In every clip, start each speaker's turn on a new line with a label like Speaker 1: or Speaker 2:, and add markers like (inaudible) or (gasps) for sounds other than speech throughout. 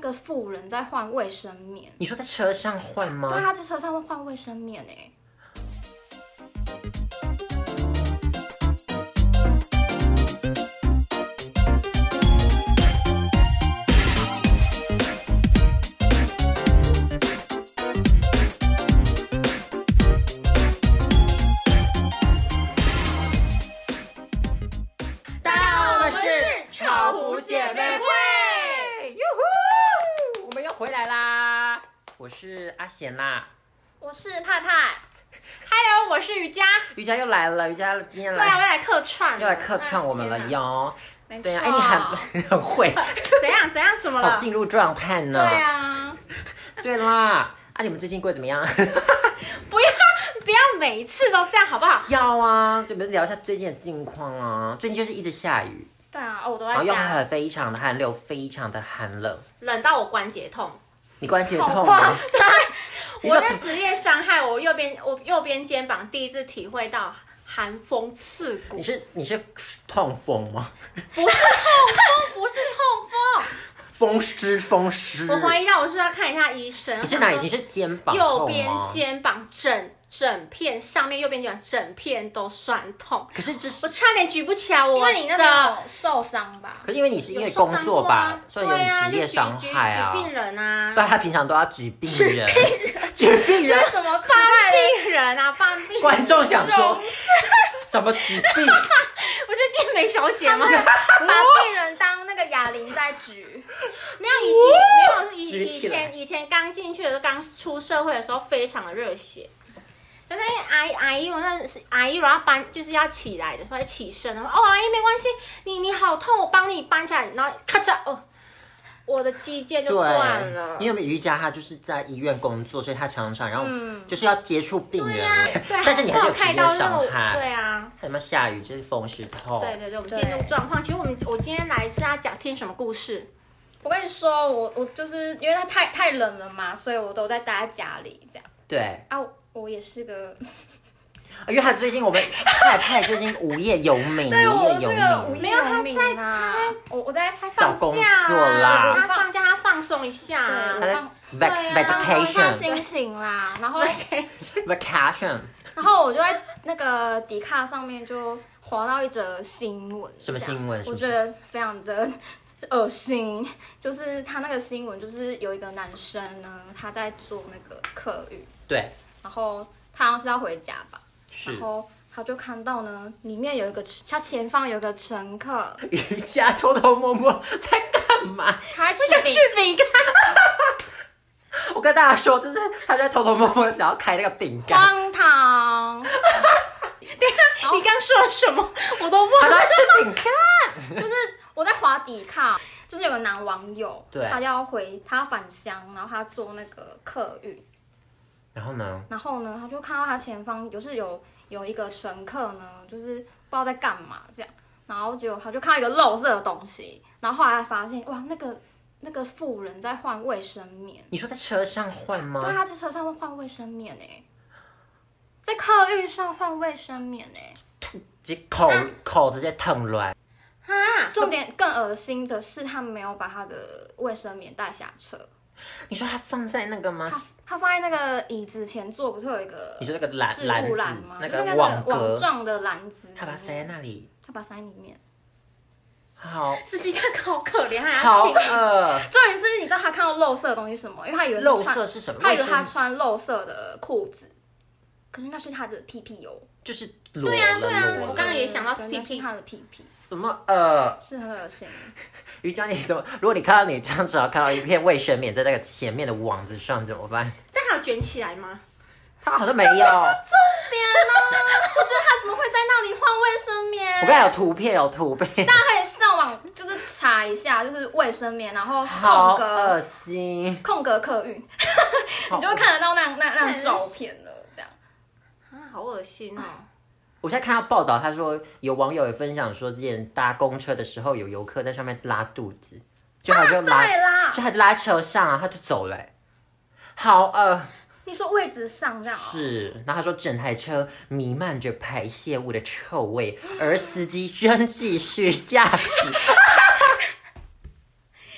Speaker 1: 个妇人在换卫生棉，
Speaker 2: 你说在车上换吗？
Speaker 1: 对，他啊在车上会换卫生棉欸诶、
Speaker 2: 大家好，我们
Speaker 1: 是
Speaker 2: 巧
Speaker 1: 巧
Speaker 2: 虎
Speaker 1: 虎
Speaker 2: 姐
Speaker 1: 姐
Speaker 2: 妹
Speaker 1: 妹
Speaker 2: 会，哟呼，我们又回来啦！我是阿贤啦，
Speaker 1: 我是派派，
Speaker 3: Hello，我是瑜伽。
Speaker 2: 瑜伽又来了，瑜伽今天
Speaker 3: 对啊，我
Speaker 2: 来、
Speaker 3: 又来客串了，
Speaker 2: 又来客串我们了
Speaker 3: 哎。天
Speaker 2: 哟。
Speaker 1: 没错，
Speaker 2: 对啊，哎，你很很会，
Speaker 3: 哪怎样？怎样？怎么
Speaker 2: 好
Speaker 3: 了？
Speaker 2: 进入状态呢。
Speaker 1: 对啊，
Speaker 2: 对啦，啊，你们最近过得怎么样？ (laughs)
Speaker 3: 不要不要每一次都这样，好不好？
Speaker 2: 要啊，就我们聊一下最近的近况啊。最近就是一直下雨，
Speaker 1: 对啊，哦，我都
Speaker 2: 然后
Speaker 1: 在
Speaker 2: 又
Speaker 1: 家，
Speaker 2: 很非常的寒流，非常的寒冷。
Speaker 3: 冷到我关节痛，
Speaker 2: 你关节
Speaker 1: 好
Speaker 2: 痛
Speaker 1: 夸
Speaker 2: 吗？
Speaker 1: 张，
Speaker 2: 你
Speaker 3: 我
Speaker 2: 说
Speaker 3: 的职业伤害，我右边我右边肩膀第一次体会到寒风刺骨
Speaker 2: 你，是你是痛风吗？
Speaker 3: 不是痛风，不是痛
Speaker 2: 风湿风湿。
Speaker 3: 风，我怀疑到我是要看一下医生。
Speaker 2: 嗯你是哪里？
Speaker 3: 我
Speaker 2: 你
Speaker 3: 想
Speaker 2: 是肩膀
Speaker 3: 说
Speaker 2: 痛啊
Speaker 3: 右
Speaker 2: 吗
Speaker 3: 边。肩膀整整片上面右边肩膀整片都酸痛，
Speaker 2: 可是这是
Speaker 3: 我，差点举不起来我
Speaker 1: 因为你那
Speaker 3: 的
Speaker 1: 边有受伤吧？
Speaker 2: 可是因为你是因
Speaker 3: 有
Speaker 2: 为
Speaker 3: 受
Speaker 2: 工
Speaker 3: 伤
Speaker 2: 作
Speaker 3: 过
Speaker 2: 吧
Speaker 3: 啊，
Speaker 2: 所以有
Speaker 3: 对啊
Speaker 2: 你职业
Speaker 3: 就举
Speaker 2: 伤害啊
Speaker 3: 举。举病人啊，
Speaker 2: 大家平常都要举病人， (laughs) 举病
Speaker 1: 这
Speaker 2: 人
Speaker 1: 是。什么奇怪的？
Speaker 3: 病人啊，犯病。我
Speaker 2: 观众想说 (laughs) 什么举病？
Speaker 3: 是健美小姐吗？
Speaker 1: 把病人当那个哑铃在举，
Speaker 3: 没有以以没有以
Speaker 2: 举
Speaker 3: 以
Speaker 2: 起来
Speaker 3: 前以前刚进去的时候，刚出社会的时候，非常的热血。但是因为阿姨阿姨，我那是阿姨，我要搬就是要起来的时候，要起身的话，哦阿姨没关系，你你好痛，我帮你搬起来，然后咔嚓哦，我的肌腱 (laughs) 就断了。
Speaker 2: 因为瑜伽他就是在医院工作，所以他常常然后就是要接触病人，
Speaker 3: 嗯对，
Speaker 2: 但是你还是有
Speaker 3: 我
Speaker 2: 职
Speaker 3: 开
Speaker 2: 业
Speaker 3: 刀
Speaker 2: 伤
Speaker 3: 肉
Speaker 2: 害。
Speaker 3: 对啊，
Speaker 2: 他们下雨就是风湿痛，
Speaker 3: 对对对，我们进入
Speaker 1: 对
Speaker 3: 状况。其实我们我今天来是要讲听什么故事？
Speaker 1: 我跟你说，我我就是因为它太太冷了嘛，所以我都在待在家里这样
Speaker 2: 对
Speaker 1: 啊。我我也是个，
Speaker 2: 因为他最近
Speaker 3: (laughs)
Speaker 2: 我们太太最近无业游民，
Speaker 1: 对
Speaker 2: 无
Speaker 1: 我是
Speaker 2: 业游
Speaker 1: 个无
Speaker 2: 民，
Speaker 1: 业游民啊，我我在还
Speaker 2: 找
Speaker 1: 放
Speaker 2: 工
Speaker 1: 假
Speaker 2: 作
Speaker 1: 啊，
Speaker 2: 啦
Speaker 3: 他放假，他放松一下啊
Speaker 1: 对。
Speaker 2: 他在
Speaker 3: 对啊
Speaker 1: 放放松一下
Speaker 2: vacation
Speaker 1: 心情啦， (laughs) 然后
Speaker 2: vacation
Speaker 1: 然后我就在那个迪卡上面就划到一则新闻，
Speaker 2: 什么
Speaker 1: 这样
Speaker 2: 新闻什
Speaker 1: 我
Speaker 2: 么
Speaker 1: 觉得非常的恶心，就是他那个新闻，就是有一个男生呢，他在坐那个客运，
Speaker 2: 对 (laughs)
Speaker 1: 然后他好像是要回家吧，
Speaker 2: 是
Speaker 1: 然后他就看到呢，里面有一个他前方有一个乘客，
Speaker 2: 瑜伽偷偷摸摸在干嘛？
Speaker 1: (laughs) 他在吃
Speaker 3: 想
Speaker 1: 饼
Speaker 3: 吃，饼干，
Speaker 2: 我跟大家说，就是他在偷偷摸摸地想要开那个饼干，
Speaker 1: 荒唐，
Speaker 3: 你刚说了什么？我都忘
Speaker 2: 他
Speaker 3: 了。
Speaker 2: 在吃饼干。
Speaker 1: 就是我在滑底卡，就是有个男网友，
Speaker 2: 对
Speaker 1: 他要回他返乡，然后他坐那个客运。
Speaker 2: 然后呢？
Speaker 1: 然后呢，他就看到他前方就是有有一个乘客呢，就是不知道在干嘛这样，然后结果他就看到一个肉色的东西，然后后来发现哇，那个那个妇人在换卫生棉，
Speaker 2: 你说在车上换吗
Speaker 1: 对，？啊他在车上会换卫生棉哎、在客运上换卫生棉哎、
Speaker 2: 直接口口直接疼软，
Speaker 3: 啊，
Speaker 1: 重点更恶心的是他没有把他的卫生棉带下车，
Speaker 2: 你说他放在那个吗
Speaker 1: 他？他放在那个椅子前座不是有一个
Speaker 2: 你说那个篮
Speaker 1: 置
Speaker 2: 篮
Speaker 1: 物
Speaker 2: 子
Speaker 1: 篮吗？，
Speaker 2: 那
Speaker 1: 就是
Speaker 2: 个
Speaker 1: 那网
Speaker 2: 网格，
Speaker 1: 状的篮子，
Speaker 2: 他把它塞在，那里，
Speaker 1: 他把它塞里面。
Speaker 2: 好
Speaker 3: 司机大哥好可怜，还
Speaker 2: 好呃
Speaker 3: 要请。
Speaker 2: 饿。
Speaker 1: 重点是，你知道他看到肉色的东西是什么？因为他以为是
Speaker 2: 肉
Speaker 1: 穿
Speaker 2: 色是什么？
Speaker 1: 他以为
Speaker 2: 卫生
Speaker 1: 他穿肉色的裤子，可是那是他的屁屁哦。
Speaker 2: 就是裸
Speaker 3: 对
Speaker 2: 了
Speaker 3: 啊
Speaker 2: 裸
Speaker 3: 对啊
Speaker 2: 了。
Speaker 3: 我刚刚也想到
Speaker 1: 对
Speaker 3: 屁屁
Speaker 1: 那是他的屁屁，
Speaker 2: 怎么呃，
Speaker 1: 是很恶心。
Speaker 2: 瑜伽你怎么？如果你看到你这样子，然后啊看到一片卫生棉在那个前面的网子上怎么办？
Speaker 3: 但还有卷起来吗？
Speaker 2: 他好像
Speaker 1: (laughs)
Speaker 2: 没有，我
Speaker 1: 天哪！啊 (laughs) 我觉得他怎么会在那里换卫生棉？
Speaker 2: 刚才有图片有图片，
Speaker 1: 大家可以上网就是查一下，就是卫生棉，然后
Speaker 2: (laughs) 好
Speaker 1: 空
Speaker 2: 恶
Speaker 1: 格
Speaker 2: 心。
Speaker 1: 空格客运，(laughs)
Speaker 2: 好
Speaker 1: 你就会看得到那那那
Speaker 3: 真的是
Speaker 1: 照片了。这样，
Speaker 3: 啊，好恶心哦！
Speaker 2: 我现在看到报道，他说有网友也分享说，之前搭公车的时候有游客在上面拉肚子，就好啊像拉，
Speaker 1: 啊对啦，
Speaker 2: 就他就拉车上啊，他就走了欸、好饿、
Speaker 1: 你说位置上这样哦，
Speaker 2: 是，然后他说整台车弥漫着排泄物的臭味，
Speaker 1: (laughs)
Speaker 2: 而司机仍继续驾驶。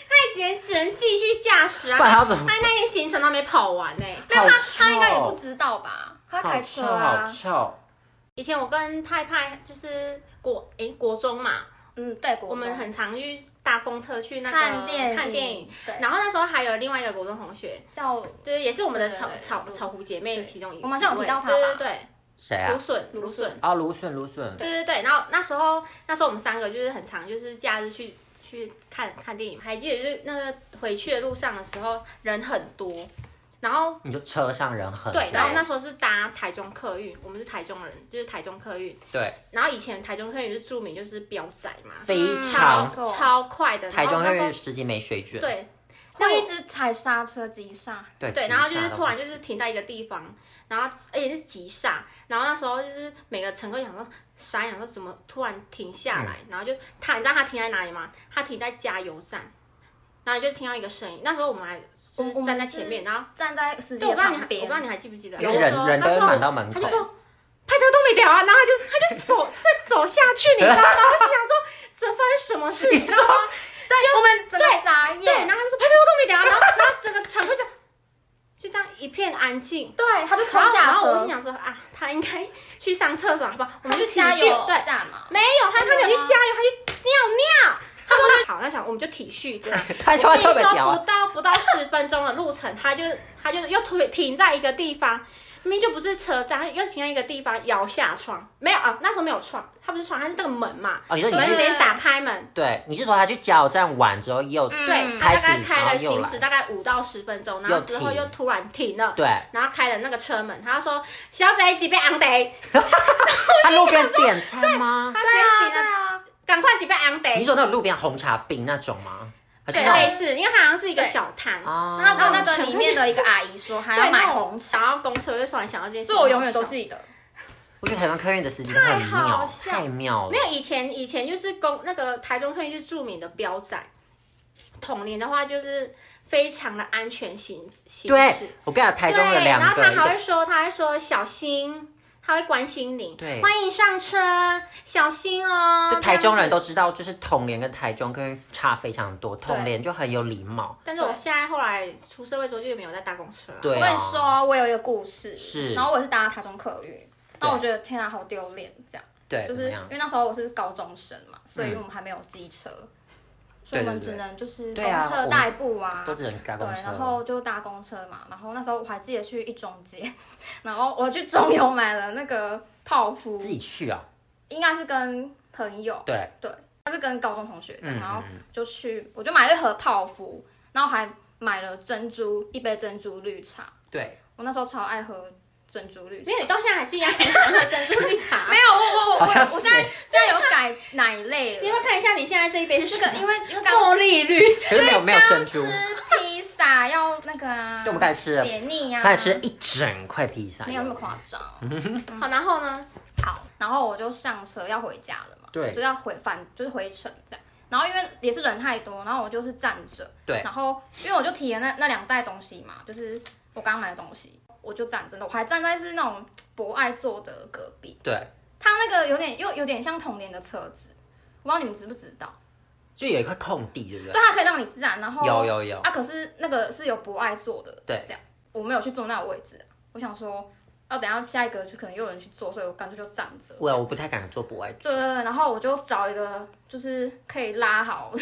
Speaker 3: 他已经姐只能继续驾驶啊，
Speaker 2: 不然还要怎么
Speaker 3: 她那天行程都没跑完呢、欸
Speaker 1: 没哎有他
Speaker 2: 好臭
Speaker 1: 他应该也不知道吧？他开车
Speaker 2: 好
Speaker 1: 啊，
Speaker 2: 臭，好
Speaker 3: 以前我跟派派就是国诶、国中嘛，
Speaker 1: 嗯，对，国
Speaker 3: 我们
Speaker 1: 中
Speaker 3: 很常去搭公车去那个
Speaker 1: 看电影
Speaker 3: 看电影。
Speaker 1: 对，
Speaker 3: 然后那时候还有另外一个国中同学，
Speaker 1: 叫
Speaker 3: 对，也是我们的草
Speaker 1: 对对对
Speaker 3: 草
Speaker 1: 对
Speaker 3: 草狐姐妹其中一位。
Speaker 1: 我们好像有提到她吧
Speaker 3: 对对对，
Speaker 2: 谁
Speaker 3: 芦
Speaker 2: 啊？
Speaker 3: 笋
Speaker 1: 芦
Speaker 3: 芦笋。
Speaker 2: 啊，芦笋，芦笋，
Speaker 3: 对对对，然后那时候那时候我们三个就是很常就是假日去去看看电影，还记得就是那个回去的路上的时候人很多，然后
Speaker 2: 你就车上人很
Speaker 3: 对，然后
Speaker 2: 多
Speaker 3: 那时候是搭台中客运，我们是台中人，就是台中客运，
Speaker 2: 对，
Speaker 3: 然后以前台中客运就是著名就是飙仔嘛，
Speaker 2: 非
Speaker 3: 超
Speaker 2: 常
Speaker 1: 嗯
Speaker 3: 超快的，
Speaker 2: 台中
Speaker 3: 那
Speaker 2: 那
Speaker 3: 时候
Speaker 2: 个司机没水准，
Speaker 3: 对那
Speaker 1: 会
Speaker 3: 我
Speaker 1: 一直踩刹车急刹，
Speaker 2: 对
Speaker 3: 对，
Speaker 2: 急
Speaker 3: 然后就
Speaker 2: 刹
Speaker 3: 是
Speaker 2: 到
Speaker 3: 突然
Speaker 2: 不
Speaker 3: 就
Speaker 2: 行
Speaker 3: 是停在一个地方，然后而且是急刹，然后那时候就是每个乘客想说傻眼，想说怎么突然停下
Speaker 2: 嗯
Speaker 3: 来，然后就他你知道他停在哪里吗？他停在加油站，然后就听到一个声音，那时候我们还就
Speaker 1: 我我
Speaker 3: 是
Speaker 1: 们
Speaker 3: 站在
Speaker 1: 是
Speaker 3: 前面，然后
Speaker 1: 站在司
Speaker 3: 就
Speaker 1: 机
Speaker 3: 我
Speaker 1: 的
Speaker 3: 不知道你
Speaker 1: 旁
Speaker 3: 还我不知道
Speaker 1: 边，
Speaker 3: 你还记不记得，
Speaker 2: 因为
Speaker 3: 他就
Speaker 2: 人
Speaker 3: 说
Speaker 2: 人
Speaker 3: 他
Speaker 2: 都会
Speaker 3: 说
Speaker 2: 满到门
Speaker 3: 他
Speaker 2: 口
Speaker 3: 就，说拍什么都没聊啊，然后他就他就走再走下去，你知道吗？我心想说这发生什么事，你知道吗？
Speaker 1: 对，我们整个傻
Speaker 3: 对，
Speaker 1: 眼
Speaker 3: 然，后他就说拍什么都没聊啊，然后然后整个乘客就就这样一片安静。
Speaker 1: 对，他就冲
Speaker 3: 然
Speaker 1: 下
Speaker 3: 后我
Speaker 1: 车
Speaker 3: 就，想说啊，他应该去上厕所，好不好？我们去
Speaker 1: 去加
Speaker 3: 体恤，
Speaker 1: 油
Speaker 3: 对，
Speaker 1: 站嘛，
Speaker 3: 没有，他他没有去
Speaker 1: 没有吗
Speaker 3: 加油，他去尿尿。他说好，那想我们就体恤他。
Speaker 2: 他说
Speaker 3: 我
Speaker 2: 话特
Speaker 3: 跟你
Speaker 2: 别
Speaker 3: 说，
Speaker 2: 屌啊
Speaker 3: 不到不到十分钟的路程，他就他就又停停在一个地方，明明就不是车站，他又停在一个地方，摇下窗，没有啊，那时候没有窗，他不是窗，他是那个门嘛，
Speaker 2: 哦，你说你
Speaker 3: 门
Speaker 1: 对
Speaker 3: 直
Speaker 2: 是
Speaker 3: 接打开门，
Speaker 2: 对，你是说他去加油站玩之后又
Speaker 1: 嗯
Speaker 3: 对，他
Speaker 2: 开
Speaker 3: 大概
Speaker 2: 始
Speaker 3: 开
Speaker 2: 然
Speaker 3: 了
Speaker 2: 后又
Speaker 3: 行
Speaker 2: 来
Speaker 3: 驶大概五到十分钟，然后
Speaker 2: 又
Speaker 3: 之后
Speaker 2: 停
Speaker 3: 又突然停了，
Speaker 2: 对，
Speaker 3: 然后开了那个车门，他说小姐几杯昂得，
Speaker 2: 他路边点餐吗？
Speaker 3: 他直
Speaker 1: 对啊，
Speaker 3: 接
Speaker 1: 对
Speaker 3: 顶了，
Speaker 1: 啊，
Speaker 3: 赶快几杯昂得
Speaker 2: 你，说那种路边红茶冰那种吗？还是
Speaker 3: 对，
Speaker 2: 那
Speaker 3: 类
Speaker 2: 种
Speaker 3: 似，因为它好像是一个小摊，
Speaker 2: 啊？
Speaker 3: 哦
Speaker 1: 他跟那个里面的一个阿姨说，还哦要
Speaker 3: 对
Speaker 1: 买
Speaker 3: 那我
Speaker 1: 红茶，
Speaker 3: 然后公车我就突然想到这件事，
Speaker 1: 这我永远都
Speaker 3: 很好笑。
Speaker 1: 记得。
Speaker 2: 我觉得台湾客运的司机都很
Speaker 3: 太好
Speaker 2: 妙，
Speaker 3: 笑
Speaker 2: 太妙
Speaker 3: 没
Speaker 2: 了。
Speaker 3: 有以前，以前就是公那个台中客运就是著名的标仔，统联的话就是非常的安全行行
Speaker 2: 对
Speaker 3: 驶，，
Speaker 2: 我跟你讲，台中有
Speaker 3: 对，然
Speaker 2: 两
Speaker 3: 后
Speaker 2: 个，
Speaker 3: 他
Speaker 2: 一
Speaker 3: 还会
Speaker 2: 个
Speaker 3: 说，他还说小心，他会关心你，
Speaker 2: 对
Speaker 3: 欢迎上车，小心哦。
Speaker 2: 就台中人
Speaker 3: 这样子，
Speaker 2: 都知道，就是统联跟台中客运差非常多，统联就很有礼貌，
Speaker 3: 但是我现在后来出社会之后就没有在搭公车了。
Speaker 2: 对
Speaker 1: 我
Speaker 2: 啊
Speaker 1: 跟你，说，我有一个故事，
Speaker 2: 是
Speaker 1: 然后我也是搭台中客运，那我觉得天啊，好丢脸，这样，
Speaker 2: 对，
Speaker 1: 就
Speaker 2: 怎
Speaker 1: 是
Speaker 2: 么
Speaker 1: 因
Speaker 2: 样？
Speaker 1: 为那时候我是高中生嘛，所以
Speaker 2: 嗯
Speaker 1: 我们还没有机车，所以我
Speaker 2: 对
Speaker 1: 们
Speaker 2: 对
Speaker 1: 只
Speaker 2: 对
Speaker 1: 能就是
Speaker 2: 对啊
Speaker 1: 公
Speaker 2: 我
Speaker 1: 车
Speaker 2: 们
Speaker 1: 代步啊，
Speaker 2: 都只能搭
Speaker 1: 对
Speaker 2: 公，
Speaker 1: 然
Speaker 2: 车，
Speaker 1: 后就搭公车嘛，然后那时候我还记得去一中街， (laughs) 然后我去中油买了那个泡芙
Speaker 2: 自，己去啊？
Speaker 1: 应该是跟朋友，
Speaker 2: 对，
Speaker 1: 对，他是跟高中同学这样，
Speaker 2: 嗯
Speaker 1: 然后
Speaker 2: 嗯
Speaker 1: 就去，我就买了一盒泡芙，然后还买了珍珠一杯珍珠绿茶。
Speaker 2: 对，
Speaker 1: 我那时候超爱喝珍珠绿茶
Speaker 3: 没，有，你到现在还是一样很喜欢喝珍珠绿茶。
Speaker 1: 没有我我我我我
Speaker 2: 好
Speaker 1: 现
Speaker 2: 像是
Speaker 1: 在现在有改奶类
Speaker 3: 你
Speaker 1: 了，
Speaker 3: 要不要看一下你现在这一杯是
Speaker 1: 这
Speaker 3: 什
Speaker 1: 个
Speaker 3: 么？
Speaker 1: 因为因为刚
Speaker 3: 茉莉绿，
Speaker 2: 可是没有没有
Speaker 1: 刚
Speaker 2: 珍珠
Speaker 1: 吃，披萨要那个啊，
Speaker 2: 就我们刚才吃了
Speaker 1: 解腻呀，
Speaker 2: 他还吃嗯了一整块披萨，
Speaker 1: 没有那么夸张。嗯
Speaker 3: 好，然后呢？
Speaker 1: 好，然后我就上车要回家了嘛，
Speaker 2: 对
Speaker 1: 就要回返就是回程这样。然后因为也是人太多，然后我就是站着，
Speaker 2: 对
Speaker 1: 然后因为我就提了那那两袋东西嘛，就是我刚买的东西，我就站着的，我还站在是那种博爱座的隔壁，
Speaker 2: 对，
Speaker 1: 它那个有点又有点像童年的车子，我不知道你们知不知道，
Speaker 2: 就有一块空地，对不
Speaker 1: 对，
Speaker 2: 对？
Speaker 1: 它可以让你站，然后
Speaker 2: 有有有，
Speaker 1: 啊，可是那个是有博爱座的，
Speaker 2: 对
Speaker 1: 这样我没有去坐那个位置啊、我想说，要、等一下下一个就可能又有人去坐，所以我干脆就站着。
Speaker 2: 我我不太敢做博爱
Speaker 1: 对对对，然后我就找一个就是可以拉好，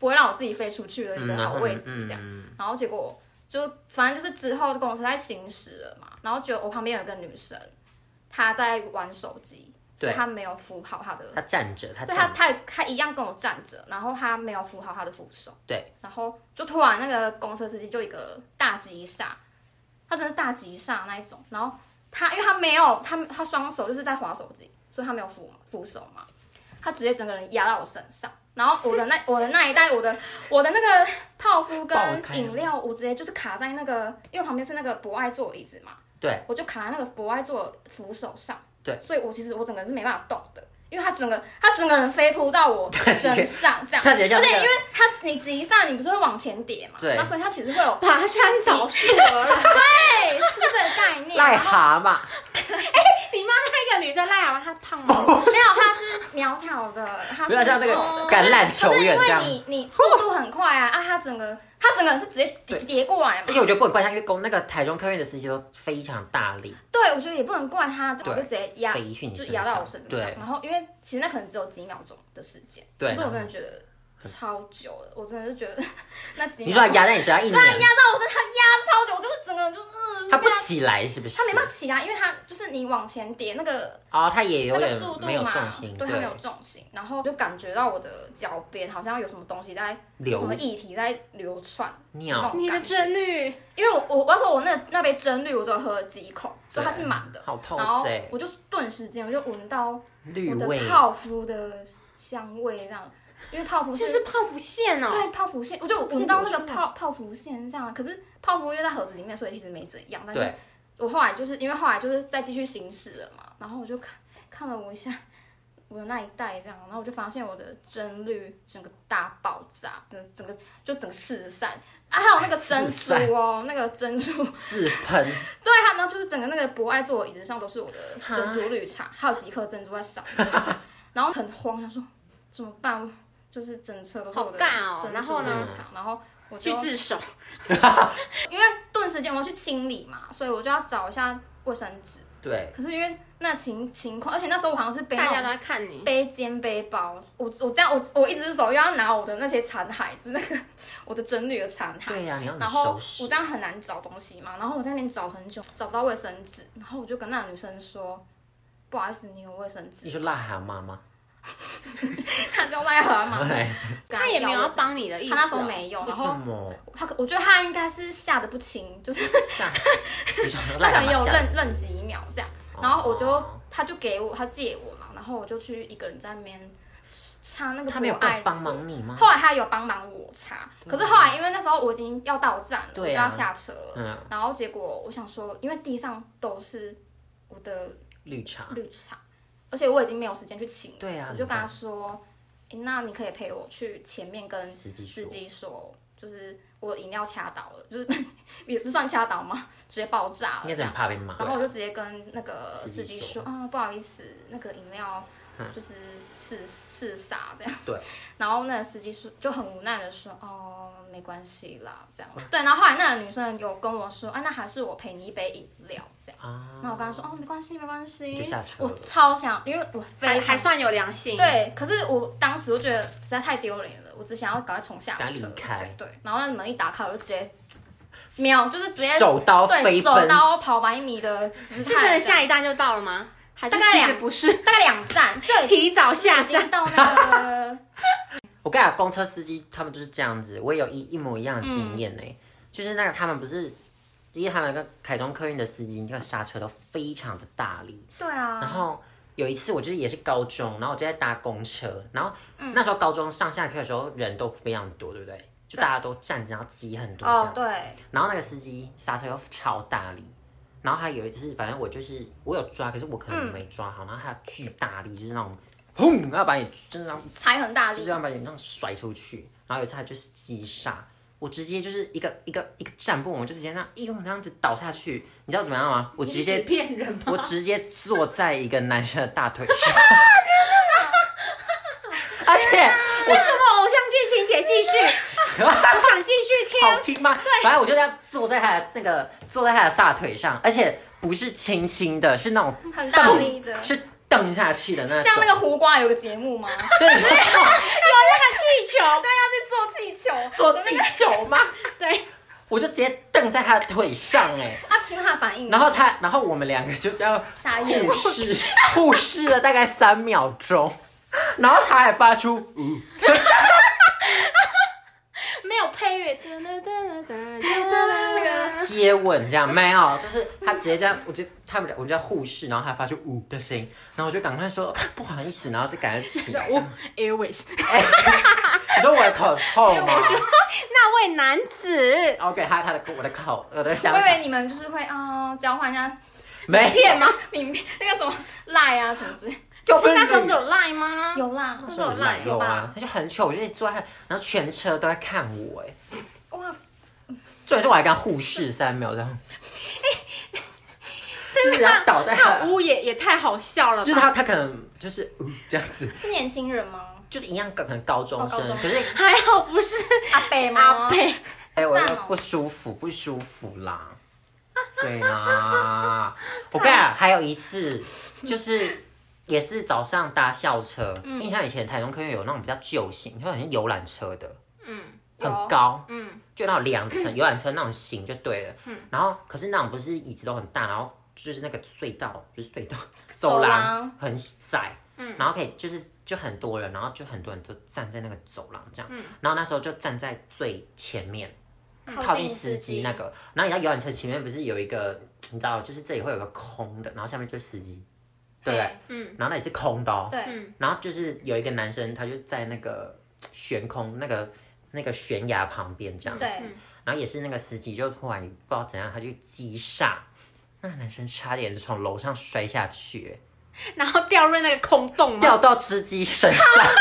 Speaker 1: 不会让我自己飞出去的一个好位置这样。
Speaker 2: 嗯
Speaker 1: 然后结果就反正就是之后公车在行驶了嘛，然后就我旁边有一个女生，她在玩手机，所以
Speaker 2: 对
Speaker 1: 她没有扶好她的，
Speaker 2: 嗯他站着，他
Speaker 1: 对她
Speaker 2: 站
Speaker 1: 她她一样跟我站着，然后她没有扶好她的扶手，
Speaker 2: 对，
Speaker 1: 然后就突然那个公车司机就一个大急刹，他真的是大急刹那一种，然后他因为他没有他他双手就是在划手机，所以他没有扶扶手嘛，他直接整个人压到我身上，然后我的那我的那一袋我的我的那个泡芙跟
Speaker 2: 爆开
Speaker 1: 饮料，我直接就是卡在那个因为旁边是那个博爱座椅子嘛，
Speaker 2: 对，
Speaker 1: 我就卡在那个博爱座扶手上，
Speaker 2: 对，
Speaker 1: 所以我其实我整个人是没办法动的。因为他整个他整个人飞扑到
Speaker 2: (laughs)
Speaker 1: 我身上，这样，
Speaker 2: 他直接这样
Speaker 1: 而且因为它你急刹，你不是会往前跌嘛？
Speaker 2: 对
Speaker 1: 那所以它其实会有
Speaker 3: 跋山找树而来。
Speaker 1: 对，就是这个概念。
Speaker 2: 癞
Speaker 1: 然后
Speaker 2: 蛤蟆，
Speaker 3: 你妈那个女生赖好，她胖
Speaker 1: (laughs)
Speaker 3: 吗？
Speaker 1: 没有，它是苗条的，它
Speaker 2: 有
Speaker 1: 是
Speaker 2: 点像那个
Speaker 1: 瘦的，
Speaker 2: 橄榄球
Speaker 1: 可是因
Speaker 2: 员这样
Speaker 1: 为。你你速度很快啊，啊，它整个它整个人是直接叠叠过来嘛
Speaker 2: 而且。我觉得不能怪他，因为公那个台中客运的司机都非常大力，
Speaker 1: 对，我觉得也不能怪它，我
Speaker 2: 对
Speaker 1: 就直接压，
Speaker 2: 飞去你
Speaker 1: 就
Speaker 2: 身
Speaker 1: 压
Speaker 2: 上，
Speaker 1: 到我身上
Speaker 2: 对。，
Speaker 1: 然后因为其实那可能只有几秒钟的时间，
Speaker 2: 对嗯
Speaker 1: 可是我真的觉得超久了，我真的是觉得 (laughs) 那几
Speaker 2: 你
Speaker 1: 秒
Speaker 2: 说他压在你身上一
Speaker 1: 对啊
Speaker 2: 年，
Speaker 1: 压到我身上，压超久，我就整个人就是
Speaker 2: 他不起来是不是？
Speaker 1: 他没办法起来，因为他就是你往前叠那个
Speaker 2: 哦，他也有
Speaker 1: 那个
Speaker 2: 点
Speaker 1: 速度
Speaker 2: 没有
Speaker 1: 嘛
Speaker 2: 重心，，
Speaker 1: 对，他没有重心，然后就感觉到我的脚边好像有什么东西在，有什
Speaker 2: 流
Speaker 1: 么液体在流窜，
Speaker 2: 尿
Speaker 1: 那种
Speaker 3: 你的
Speaker 1: 感觉
Speaker 3: 真女，
Speaker 1: 因为我我我要说我那那杯真绿我只有喝了几口，所以它
Speaker 2: 对
Speaker 1: 是满的，
Speaker 2: 好痛
Speaker 1: 然后
Speaker 2: 哎，
Speaker 1: 我就顿时间我就闻到
Speaker 2: 绿
Speaker 1: 我的
Speaker 2: 味，
Speaker 1: 泡芙的香味这样，因为泡芙
Speaker 3: 就是是泡芙线哦。
Speaker 1: 对泡芙线，我就
Speaker 3: 不是
Speaker 1: 闻到那
Speaker 3: 流
Speaker 1: 个
Speaker 3: 出来
Speaker 1: 泡泡芙线这样，可是泡芙因为在盒子里面，所以其实没怎样，但是
Speaker 2: 对，
Speaker 1: 我后来就是因为后来就是再继续行驶了嘛，然后我就看看了我一下我的那一袋这样，然后我就发现我的帧率整个大爆炸，整个整个就整个四散啊，还有 (laughs) 那个珍珠哦，那个珍珠，
Speaker 2: 四喷，
Speaker 1: 对，它然后就是整个那个博爱座椅子上都是我的珍珠绿茶，还有几颗珍珠在闪，然后很慌，想说怎么办？就是整车都是我的
Speaker 3: 好尬哦
Speaker 1: 珍珠绿茶，
Speaker 3: 然后
Speaker 2: 呢
Speaker 1: 然后我就
Speaker 3: 去自首，
Speaker 1: 因为顿时间我要去清理嘛，所以我就要找一下卫生纸。
Speaker 2: 对，
Speaker 1: 可是因为那情情况，而且那时候我好像是背
Speaker 3: 大家
Speaker 1: 那
Speaker 3: 都
Speaker 1: 种
Speaker 3: 在看你。
Speaker 1: 背肩背包，我我这样我我一只手又要拿我的那些残骸，就是那个 (laughs) 我的整理的残骸。
Speaker 2: 对呀，你要你
Speaker 1: 然后
Speaker 2: 收
Speaker 1: 我
Speaker 2: 拾
Speaker 1: 这，样很难找东西嘛，然后我在那边找很久，找不到卫生纸，然后我就跟那个女生说，不好意思，你有卫生
Speaker 2: 你
Speaker 1: 纸？ (laughs)
Speaker 2: 说癞蛤蟆吗？
Speaker 1: 她就癞蛤
Speaker 2: (laughs)
Speaker 1: 蟆，
Speaker 2: 哎，
Speaker 1: 跟
Speaker 3: 他也没有要
Speaker 1: 要
Speaker 3: 帮你的
Speaker 1: 卫
Speaker 3: 意
Speaker 1: 生纸，她
Speaker 3: 思、哦啊
Speaker 1: 那时候。没有，
Speaker 2: 为
Speaker 1: 然
Speaker 2: 什
Speaker 1: 后 (laughs)
Speaker 2: 么？
Speaker 1: 她可我觉得她应该是吓得不轻，就是。
Speaker 2: 下，你说癞
Speaker 1: 他可
Speaker 2: 蛤
Speaker 1: 能有
Speaker 2: 蟆下
Speaker 1: 愣愣几秒这样，
Speaker 2: 哦
Speaker 1: 然后我就他就给我他借我嘛，然后我就去一个人在那边吃擦那个
Speaker 2: 他没有
Speaker 1: 博爱
Speaker 2: 帮帮
Speaker 1: 纸
Speaker 2: 忙你吗？
Speaker 1: 后来他有帮忙我擦，可是后来因为那时候我已经要到站了，我
Speaker 2: 对啊
Speaker 1: 就要下车了，
Speaker 2: 嗯，
Speaker 1: 然后结果我想说，因为地上都是我的
Speaker 2: 绿茶，
Speaker 1: 绿茶，而且我已经没有时间去请了，
Speaker 2: 啊对啊，
Speaker 1: 我就跟他说，诶那你可以陪我去前面跟
Speaker 2: 司机
Speaker 1: 司
Speaker 2: 说，
Speaker 1: 机说，就是我饮料掐倒了，就是 (laughs) 也不算掐倒嘛，直接爆炸了
Speaker 2: 应该
Speaker 1: 这
Speaker 2: 是
Speaker 1: 样
Speaker 2: 很。怕被骂，
Speaker 1: 然后我就直接跟那个
Speaker 2: 啊司
Speaker 1: 司
Speaker 2: 机
Speaker 1: 机
Speaker 2: 说嗯
Speaker 1: 说，啊、不好意思，那个饮料就是四四洒这样。
Speaker 2: 对。
Speaker 1: (laughs) 然后那个司机说就很无奈的说，哦，没关系啦，这
Speaker 2: 嗯
Speaker 1: 样。对，然后后来那个女生有跟我说，啊，那还是我赔你一杯饮料这样。
Speaker 2: 啊，
Speaker 1: 那我跟她说，哦，没关系，没关
Speaker 2: 你
Speaker 1: 系。
Speaker 2: 就下车
Speaker 1: 我
Speaker 2: 了，
Speaker 1: 超想，因为我非
Speaker 3: 还还
Speaker 1: 常
Speaker 3: 算有良心，，
Speaker 1: 对，可是我当时我觉得实在太丢脸了，我只想要赶快冲下
Speaker 2: 赶快
Speaker 1: 车
Speaker 2: 离开
Speaker 1: 这样。对，然后那门一打开，我就直接秒，就是直接
Speaker 2: 手刀
Speaker 1: 对
Speaker 2: 飞
Speaker 1: 手
Speaker 2: 奔，
Speaker 1: 刀跑百米的姿态，
Speaker 3: 是真的下一站就到了吗？还是
Speaker 1: 大概
Speaker 3: 其
Speaker 1: 两
Speaker 3: 实不是，
Speaker 1: 大概两站，就已经
Speaker 3: 提早下
Speaker 1: 已
Speaker 3: 站。
Speaker 1: 经到那
Speaker 2: (laughs)
Speaker 1: 个，
Speaker 2: 我跟你讲，公车司机他们就是这样子，我也有一一模一样的经
Speaker 1: 嗯
Speaker 2: 验呢、就是那个他们不是，因为他们那个凯中客运的司机，那个刹车都非常的大力。
Speaker 1: 对
Speaker 2: 然
Speaker 1: 啊，
Speaker 2: 后有一次我就是也是高中，然后我就在搭公车，然后那时候高中上下课的时候人都非常多，对不对？就大家都站着，然后挤很多这样。
Speaker 1: 哦对，
Speaker 2: 然后那个司机刹车又超大力，然后还有一次，反正我就是我有抓，可是我可能没抓好，然后他巨大力，就是那种轰，然后把你真的让
Speaker 1: 踩很大
Speaker 2: 就是
Speaker 1: 力，
Speaker 2: 要把你这样甩出去。然后有一次他就是急刹，我直接就是一个一个一个站不稳，我就直接那样一用那样子倒下去。你知道怎么样吗？我直接
Speaker 3: 骗人吗？ (laughs)
Speaker 2: 我直接坐在一个男生的大
Speaker 1: (laughs)
Speaker 2: 腿上，而且
Speaker 3: 为什么偶像剧情节继续？
Speaker 2: (laughs)
Speaker 3: 我想继续听。
Speaker 2: 好听吗？反正我就这样坐在他的那个坐在他的大腿上，而且不是轻轻的，是那种
Speaker 1: 很大力的，
Speaker 2: 是蹬下去的那种，
Speaker 1: 像那个胡瓜有个节目
Speaker 2: (laughs)
Speaker 1: 吗？对，
Speaker 2: 对，是那种
Speaker 1: (laughs)
Speaker 3: 气球，
Speaker 1: 要去做气球，
Speaker 2: 做气球吗？
Speaker 3: 对，
Speaker 2: 我就直接蹬在他的腿上哎、
Speaker 1: 啊，请问他的反应，
Speaker 2: 然后嗯他，然后我们两个就这样
Speaker 1: 傻眼
Speaker 2: 互视，互视了大概三秒钟，然后他还发出嗯，
Speaker 3: 没有配乐。噔噔噔
Speaker 1: (laughs)
Speaker 3: 噔噔
Speaker 1: 那
Speaker 3: 噔
Speaker 1: 个
Speaker 2: 接吻这样没有，就是他直接这样，我就他们俩我们就在互视，然后他发出呜的声音，然后我就赶快说不好意思，然后就赶快起
Speaker 3: (laughs)
Speaker 2: 来。
Speaker 3: 哦，Airways，
Speaker 2: (laughs) 你说我的口臭吗
Speaker 3: 那位男子
Speaker 2: ？OK，他他的我的口我的香
Speaker 1: 我以为
Speaker 2: 肠
Speaker 1: 你们就是会啊、哦交换一下
Speaker 2: 没
Speaker 3: 骗吗？
Speaker 1: 名片，那个什么赖啊什么之类，
Speaker 2: 又不是
Speaker 3: 那时候是有赖吗？
Speaker 1: 有啦，
Speaker 2: 那
Speaker 3: 那
Speaker 2: 时
Speaker 3: 时
Speaker 2: 候
Speaker 3: 候
Speaker 2: 有
Speaker 3: (laughs) 有
Speaker 2: 奶
Speaker 3: 赖
Speaker 2: 油
Speaker 1: 有
Speaker 2: 啊
Speaker 1: 吧，
Speaker 2: 他就很糗，我就一直坐在他，然后全车都在看我哎，
Speaker 1: 哇，
Speaker 2: 重点是我还跟他互视三秒这样。
Speaker 3: 这
Speaker 2: 就是他倒在
Speaker 3: 他
Speaker 2: 他，
Speaker 3: 呜也也太好笑了
Speaker 2: 就是
Speaker 3: 吧？
Speaker 2: 他他可能就是、嗯、这样子，
Speaker 1: 是年轻人吗？
Speaker 2: 就是一样可能高中生，
Speaker 1: 哦高中
Speaker 2: 可是
Speaker 3: 还好不是
Speaker 2: 哦
Speaker 1: 阿北吗？
Speaker 3: 阿贝，
Speaker 2: 哎、我
Speaker 1: 赞
Speaker 2: 又
Speaker 1: 哦
Speaker 2: 不舒服，不舒服啦。 (laughs) 对啦，我跟你讲，还有一次就是也是早上搭校车，印象以前台中科院有那种比较旧型，就好像游览车的，
Speaker 3: 嗯
Speaker 2: 很
Speaker 1: 有
Speaker 2: 高，
Speaker 3: 嗯，
Speaker 2: 就那种两层游览车那种型就对了。然后可是那种不是椅子都很大，然后就是那个隧道，不是隧道，走
Speaker 1: 走廊
Speaker 2: 廊很窄，
Speaker 3: 嗯
Speaker 2: 然后可以就是就很多人，然后就很多人就站在那个走廊这样，然后那时候就站在最前面。靠近司机那个，然后你知道游览车前面不是有一个，你知道，就是这里会有个空的，然后下面就是司机，对不对？
Speaker 1: 嘿
Speaker 3: 嗯
Speaker 2: 然后那也是空的哦。
Speaker 1: 对
Speaker 3: 嗯
Speaker 2: 然后就是有一个男生，他就在那个悬空那个那个悬崖旁边这样子，
Speaker 1: 对
Speaker 3: 嗯
Speaker 2: 然后也是那个司机就突然不知道怎样，他就急刹，那个男生差点从楼上摔下去，
Speaker 3: 然后掉入那个空洞嘛，
Speaker 2: (laughs) 掉到司机身上。 (laughs)